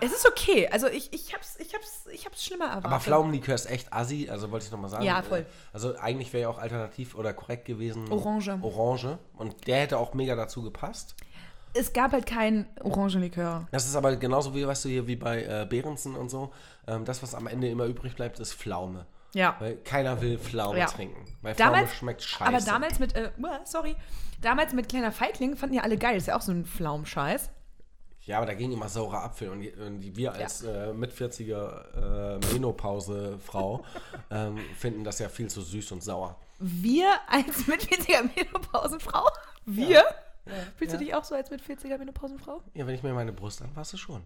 [SPEAKER 3] Es ist okay. Also ich, ich, hab's, ich, hab's, ich hab's schlimmer erwartet.
[SPEAKER 2] Ah. Aber Pflaumenlikör ist echt assi, also wollte ich nochmal sagen.
[SPEAKER 3] Ja, voll.
[SPEAKER 2] Also, eigentlich wäre ja auch alternativ oder korrekt gewesen.
[SPEAKER 3] Orange.
[SPEAKER 2] Orange. Und der hätte auch mega dazu gepasst.
[SPEAKER 3] es gab halt keinen Orangenlikör.
[SPEAKER 2] Das ist aber genauso wie, weißt du, hier wie bei äh, Behrensen und so. Ähm, das, was am Ende immer übrig bleibt, ist Pflaume.
[SPEAKER 3] Ja.
[SPEAKER 2] Weil keiner will Pflaume
[SPEAKER 3] Ja.
[SPEAKER 2] trinken. Weil
[SPEAKER 3] Damals-
[SPEAKER 2] Pflaume schmeckt scheiße.
[SPEAKER 3] Aber damals mit, äh, uah, sorry, damals mit kleiner Feigling fanden ja alle geil. Ist ja auch so ein Pflaumenscheiß.
[SPEAKER 2] ja, aber da ging immer saurer Apfel. Und, die- und die- wir als äh, mit 40er äh,
[SPEAKER 3] [LAUGHS]
[SPEAKER 2] Menopause-Frau ähm, finden das ja viel zu süß und sauer.
[SPEAKER 3] Wir [LAUGHS] als mit 40er Menopausenfrau? Wir? Fühlst du dich auch so als mit 40er Menopausenfrau?
[SPEAKER 2] Ja, wenn ich mir meine Brust anfasse, schon.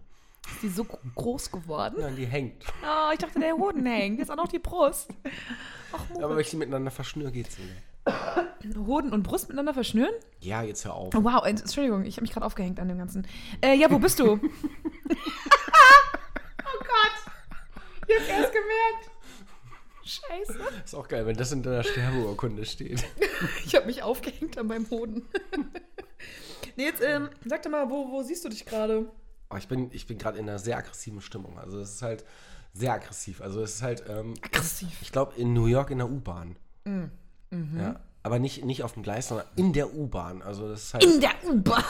[SPEAKER 3] Ist die so gro- groß geworden?
[SPEAKER 2] Nein, die hängt.
[SPEAKER 3] Oh, ich dachte, der Hoden hängt. Jetzt auch noch die Brust. Ach,
[SPEAKER 2] Aber
[SPEAKER 3] Moritz.
[SPEAKER 2] wenn ich die miteinander verschnür, geht's wieder.
[SPEAKER 3] Hoden und Brust miteinander verschnüren?
[SPEAKER 2] Ja, jetzt hör auf.
[SPEAKER 3] Oh, Wow, Ent- Entschuldigung, ich habe mich gerade aufgehängt an dem Ganzen. Äh, ja, wo [LAUGHS] bist du? oh Gott, ich hab's erst gemerkt. Scheiße.
[SPEAKER 2] Ist auch geil, wenn das in deiner Sterbeurkunde steht.
[SPEAKER 3] Ich habe mich aufgehängt an meinem Hoden. [LAUGHS] nee, jetzt ähm, sag doch mal, wo, wo siehst du dich gerade?
[SPEAKER 2] Aber ich bin, ich bin gerade in einer sehr aggressiven Stimmung. Also es ist halt sehr aggressiv. Also es ist halt, ähm,
[SPEAKER 3] Aggressiv.
[SPEAKER 2] ich glaube, in New York in der U-Bahn. Ja, aber nicht, nicht auf dem Gleis, sondern in der U-Bahn. Also das ist halt,
[SPEAKER 3] In der U-Bahn.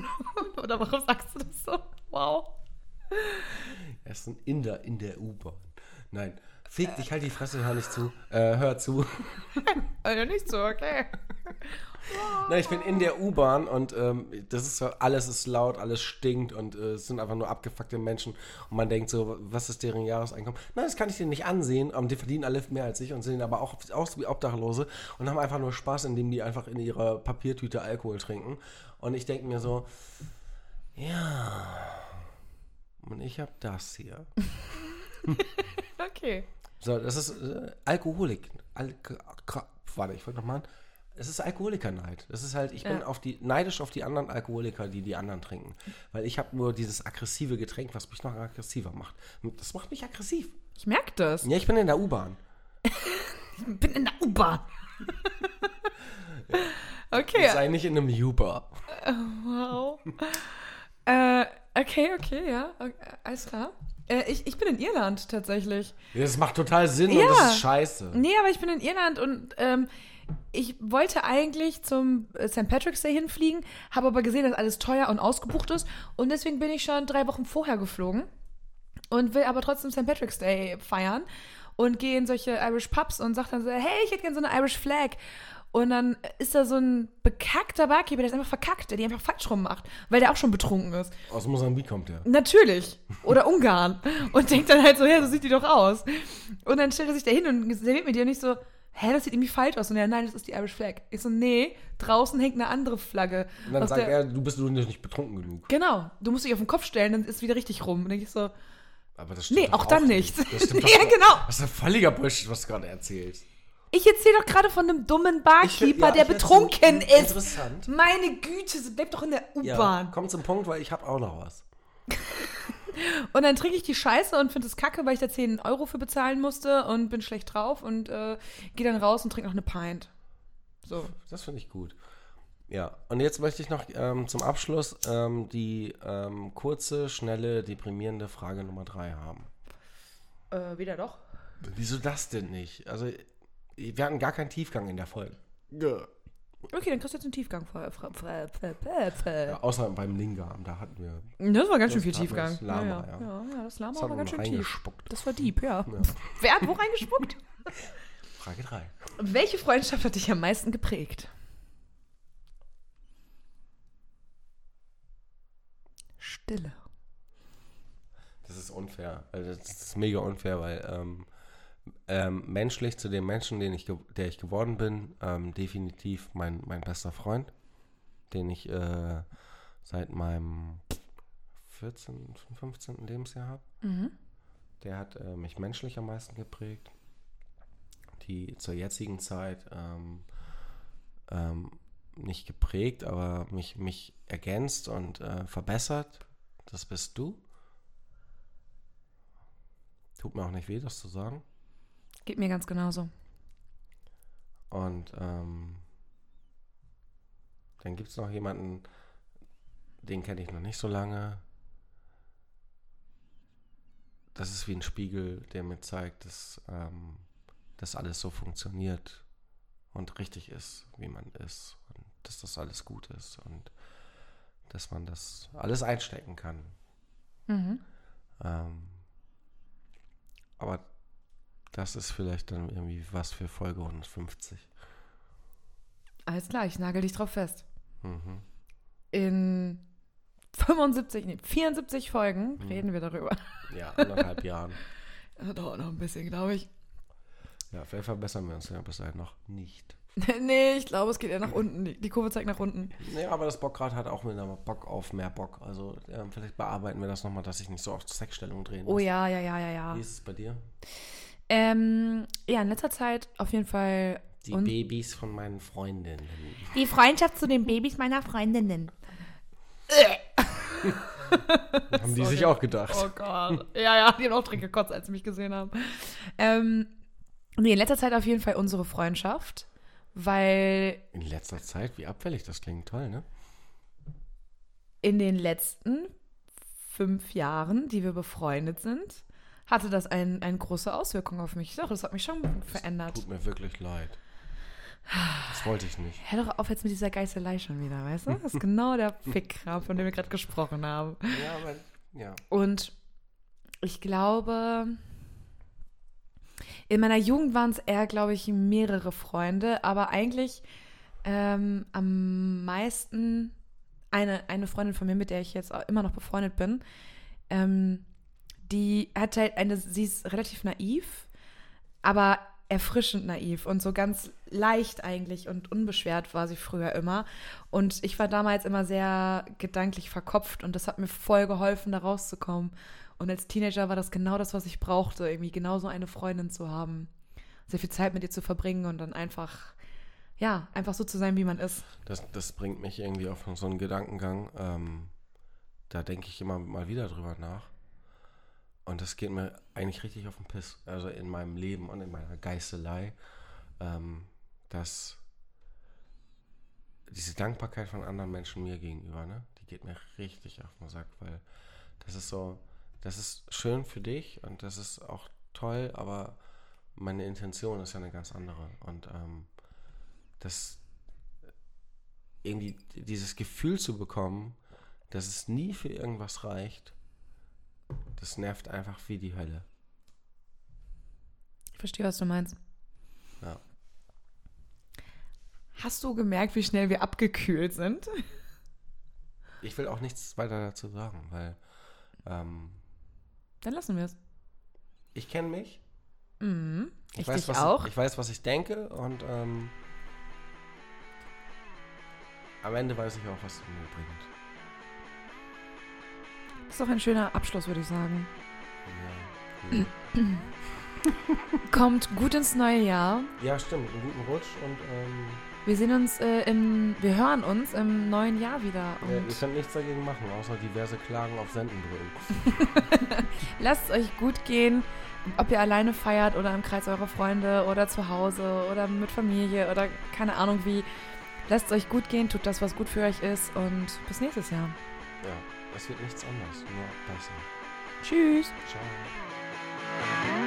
[SPEAKER 3] [LAUGHS] Oder warum sagst du das so? Wow.
[SPEAKER 2] es ist ein Inder in der U-Bahn. Nein, fick dich, halt die Fresse, hör nicht zu. Äh, hör zu.
[SPEAKER 3] Also nicht so, okay.
[SPEAKER 2] Nein, ich bin in der U-Bahn und ähm, das ist so, alles ist laut, alles stinkt und äh, es sind einfach nur abgefuckte Menschen und man denkt so, was ist deren Jahreseinkommen? Nein, das kann ich dir nicht ansehen, aber die verdienen alle mehr als ich und sehen aber auch aus wie Obdachlose und haben einfach nur Spaß, indem die einfach in ihrer Papiertüte Alkohol trinken. Und ich denke mir so, ja, und ich habe das hier.
[SPEAKER 3] Okay.
[SPEAKER 2] So, das ist äh, Alkoholik. Alk Kra- Warte, ich wollte nochmal. Es ist Alkoholikerneid. Das ist halt, ich bin
[SPEAKER 3] Ja.
[SPEAKER 2] auf die, neidisch auf die anderen Alkoholiker, die die anderen trinken. Weil ich habe nur dieses aggressive Getränk, was mich noch aggressiver macht. Das macht mich aggressiv.
[SPEAKER 3] Ich merke das.
[SPEAKER 2] Ja, ich bin in der U-Bahn.
[SPEAKER 3] Ich bin in der U-Bahn. [LAUGHS] okay.
[SPEAKER 2] Sei nicht in einem Uber.
[SPEAKER 3] Wow. äh, okay, okay, ja. Okay, alles klar. Äh, ich, ich bin in Irland tatsächlich.
[SPEAKER 2] Das macht total Sinn
[SPEAKER 3] Ja.
[SPEAKER 2] und das ist scheiße.
[SPEAKER 3] Nee, aber ich bin in Irland und ähm, ich wollte eigentlich zum äh, St. Patrick's Day hinfliegen, habe aber gesehen, dass alles teuer und ausgebucht ist. Und deswegen bin ich schon drei Wochen vorher geflogen und will aber trotzdem St. Patrick's Day feiern und gehe in solche Irish Pubs und sage dann so, hey, ich hätte gerne so eine Irish Flag. Und dann ist da so ein bekackter Barkeeper, der ist einfach verkackt, der die einfach falsch rummacht, weil der auch schon betrunken ist.
[SPEAKER 2] Aus Mosambik kommt der.
[SPEAKER 3] Natürlich. Oder Ungarn. Und denkt dann halt so, ja, so sieht die doch aus. Und dann stellt er sich da hin und serviert mir die und ich so, hä, das sieht irgendwie falsch aus. Und er, nein, das ist die Irish Flag. Ich so, nee, draußen hängt eine andere Flagge.
[SPEAKER 2] Und dann
[SPEAKER 3] aus
[SPEAKER 2] sagt
[SPEAKER 3] der-
[SPEAKER 2] er, du bist nur nicht betrunken genug.
[SPEAKER 3] Genau, du musst dich auf den Kopf stellen, dann ist wieder richtig rum. Und dann ich so,
[SPEAKER 2] Aber das stimmt
[SPEAKER 3] nee,
[SPEAKER 2] doch
[SPEAKER 3] auch dann nicht.
[SPEAKER 2] Das
[SPEAKER 3] [LAUGHS]
[SPEAKER 2] stimmt doch
[SPEAKER 3] ja,
[SPEAKER 2] auch-
[SPEAKER 3] genau.
[SPEAKER 2] Das ist ein völliger Bullshit, was du gerade erzählst.
[SPEAKER 3] Ich erzähle doch gerade von einem dummen
[SPEAKER 2] Ich find-
[SPEAKER 3] Barkeeper,
[SPEAKER 2] ja,
[SPEAKER 3] der
[SPEAKER 2] ich find's
[SPEAKER 3] betrunken
[SPEAKER 2] in-
[SPEAKER 3] ist.
[SPEAKER 2] Interessant.
[SPEAKER 3] Meine Güte, bleib doch in der U-Bahn.
[SPEAKER 2] Ja, komm zum Punkt, weil ich habe auch noch was.
[SPEAKER 3] Und dann trinke ich die Scheiße und finde es kacke, weil ich da 10 Euro für bezahlen musste und bin schlecht drauf und äh, gehe dann raus und trinke noch eine Pint. So.
[SPEAKER 2] Das finde ich gut. Ja, und jetzt möchte ich noch ähm, zum Abschluss ähm, die ähm, kurze, schnelle, deprimierende Frage Nummer drei haben.
[SPEAKER 3] Äh, wieder doch.
[SPEAKER 2] Wieso das denn nicht? Also, wir hatten gar keinen Tiefgang in der Folge.
[SPEAKER 3] Okay, dann kriegst du jetzt einen Tiefgang. Fra- fra- fra- fra- fra- fra-
[SPEAKER 2] Ja, Äh, außer beim Lingam, da hatten wir.
[SPEAKER 3] Das war ganz schön
[SPEAKER 2] Das
[SPEAKER 3] viel
[SPEAKER 2] hat
[SPEAKER 3] Tiefgang.
[SPEAKER 2] das Lama,
[SPEAKER 3] ja,
[SPEAKER 2] ja.
[SPEAKER 3] ja. Ja, ja, das
[SPEAKER 2] Das
[SPEAKER 3] Lama
[SPEAKER 2] hat
[SPEAKER 3] war ganz
[SPEAKER 2] man
[SPEAKER 3] schön tief.
[SPEAKER 2] reingespuckt.
[SPEAKER 3] Das war deep, ja.
[SPEAKER 2] Ja.
[SPEAKER 3] [LAUGHS] Wer hat wo reingespuckt?
[SPEAKER 2] Frage drei.
[SPEAKER 3] Welche Freundschaft hat dich am meisten geprägt? Stille.
[SPEAKER 2] Das ist unfair. Also, das ist mega unfair, weil ähm, ähm, menschlich zu dem Menschen, den ich ge- der ich geworden bin, ähm, definitiv mein, mein bester Freund, den ich äh, seit meinem 14., 15. Lebensjahr habe.
[SPEAKER 3] Mhm.
[SPEAKER 2] Der hat äh, mich menschlich am meisten geprägt. Die zur jetzigen Zeit ähm, ähm, nicht geprägt, aber mich, mich ergänzt und äh, verbessert. Das bist du. Tut mir auch nicht weh, das zu sagen.
[SPEAKER 3] Geht mir ganz genauso.
[SPEAKER 2] Und ähm, dann gibt es noch jemanden, den kenne ich noch nicht so lange. Das ist wie ein Spiegel, der mir zeigt, dass ähm, das alles so funktioniert und richtig ist, wie man ist. Und dass das alles gut ist. Und dass man das alles einstecken kann.
[SPEAKER 3] Mhm.
[SPEAKER 2] Ähm, aber das ist vielleicht dann irgendwie was für Folge 150.
[SPEAKER 3] Alles klar, ich nagel dich drauf fest.
[SPEAKER 2] Mhm.
[SPEAKER 3] In 75, nee, 74 Folgen
[SPEAKER 2] Mhm.
[SPEAKER 3] reden wir darüber.
[SPEAKER 2] Ja, anderthalb Jahren.
[SPEAKER 3] Das dauert noch ein bisschen, glaube ich.
[SPEAKER 2] [LAUGHS] Ja, vielleicht verbessern wir uns ja bis dahin noch nicht.
[SPEAKER 3] [LAUGHS] nee, ich glaube, es geht eher nach unten. Die- Die Kurve zeigt nach unten.
[SPEAKER 2] Ja, aber das Bockrad hat auch wieder mal Bock auf mehr Bock. Also ähm, vielleicht bearbeiten wir das nochmal, dass ich nicht so oft Sexstellung drehen muss.
[SPEAKER 3] Oh ja, ja, ja, ja, ja.
[SPEAKER 2] Wie ist es bei dir?
[SPEAKER 3] Ähm, ja, in letzter Zeit auf jeden Fall.
[SPEAKER 2] Die
[SPEAKER 3] und
[SPEAKER 2] Babys von meinen Freundinnen.
[SPEAKER 3] die Freundschaft zu den Babys meiner Freundinnen.
[SPEAKER 2] [LAUGHS] Haben die sich auch gedacht.
[SPEAKER 3] Oh Gott. Ja, ja, die haben auch drin gekotzt, als sie mich gesehen haben. Ähm, nee, in letzter Zeit auf jeden Fall unsere Freundschaft, weil
[SPEAKER 2] In letzter Zeit, wie abfällig das klingt, toll, ne?
[SPEAKER 3] in den letzten fünf Jahren, die wir befreundet sind, hatte das ein, eine große Auswirkung auf mich. Doch, das hat mich schon verändert.
[SPEAKER 2] Tut mir wirklich leid. Das wollte ich nicht.
[SPEAKER 3] Hör doch auf jetzt mit dieser Geißelei schon wieder, weißt du?
[SPEAKER 2] [LAUGHS]
[SPEAKER 3] Das ist genau der Fickkram, von dem wir gerade gesprochen haben.
[SPEAKER 2] Ja, aber ja.
[SPEAKER 3] Und ich glaube, in meiner Jugend waren es eher, glaube ich, mehrere Freunde, aber eigentlich ähm, am meisten eine, eine Freundin von mir, mit der ich jetzt auch immer noch befreundet bin, ähm, die hat halt eine, sie ist relativ naiv, aber erfrischend naiv und so ganz leicht eigentlich und unbeschwert war sie früher immer. Und ich war damals immer sehr gedanklich verkopft und das hat mir voll geholfen, da rauszukommen. Und als Teenager war das genau das, was ich brauchte, irgendwie genau so eine Freundin zu haben. Sehr viel Zeit mit ihr zu verbringen und dann einfach, ja, einfach so zu sein, wie man ist.
[SPEAKER 2] Das, das bringt mich irgendwie auf so einen Gedankengang. Ähm, da denke ich immer mal wieder drüber nach. Und das geht mir eigentlich richtig auf den Piss. Also in meinem Leben und in meiner Geißelei, ähm, dass diese Dankbarkeit von anderen Menschen mir gegenüber, ne, die geht mir richtig auf den Sack, weil das ist so, das ist schön für dich und das ist auch toll, aber meine Intention ist ja eine ganz andere. Und ähm, das, irgendwie dieses Gefühl zu bekommen, dass es nie für irgendwas reicht, das nervt einfach wie die Hölle.
[SPEAKER 3] Ich verstehe, was du meinst.
[SPEAKER 2] Ja.
[SPEAKER 3] Hast du gemerkt, wie schnell wir abgekühlt sind?
[SPEAKER 2] Ich will auch nichts weiter dazu sagen, weil ähm,
[SPEAKER 3] Dann lassen wir es.
[SPEAKER 2] ich kenne mich.
[SPEAKER 3] Mhm. Ich,
[SPEAKER 2] weiß,
[SPEAKER 3] dich
[SPEAKER 2] was
[SPEAKER 3] auch.
[SPEAKER 2] Ich, ich weiß, was ich denke und ähm, am Ende weiß ich auch, was es mir bringt.
[SPEAKER 3] Das ist doch ein schöner Abschluss, würde ich sagen.
[SPEAKER 2] Ja,
[SPEAKER 3] Kommt gut ins neue Jahr.
[SPEAKER 2] ja stimmt. Einen guten Rutsch und ähm,
[SPEAKER 3] Wir sehen uns äh, im, wir hören uns im neuen Jahr wieder. Und
[SPEAKER 2] ihr könnt nichts dagegen machen, außer diverse Klagen auf Senden drücken.
[SPEAKER 3] lasst es euch gut gehen, ob ihr alleine feiert oder im Kreis eurer Freunde oder zu Hause oder mit Familie oder keine Ahnung wie. Lasst es euch gut gehen, tut das, was gut für euch ist und bis nächstes Jahr.
[SPEAKER 2] Ja, es wird nichts anders, nur besser.
[SPEAKER 3] Tschüss.
[SPEAKER 2] Ciao.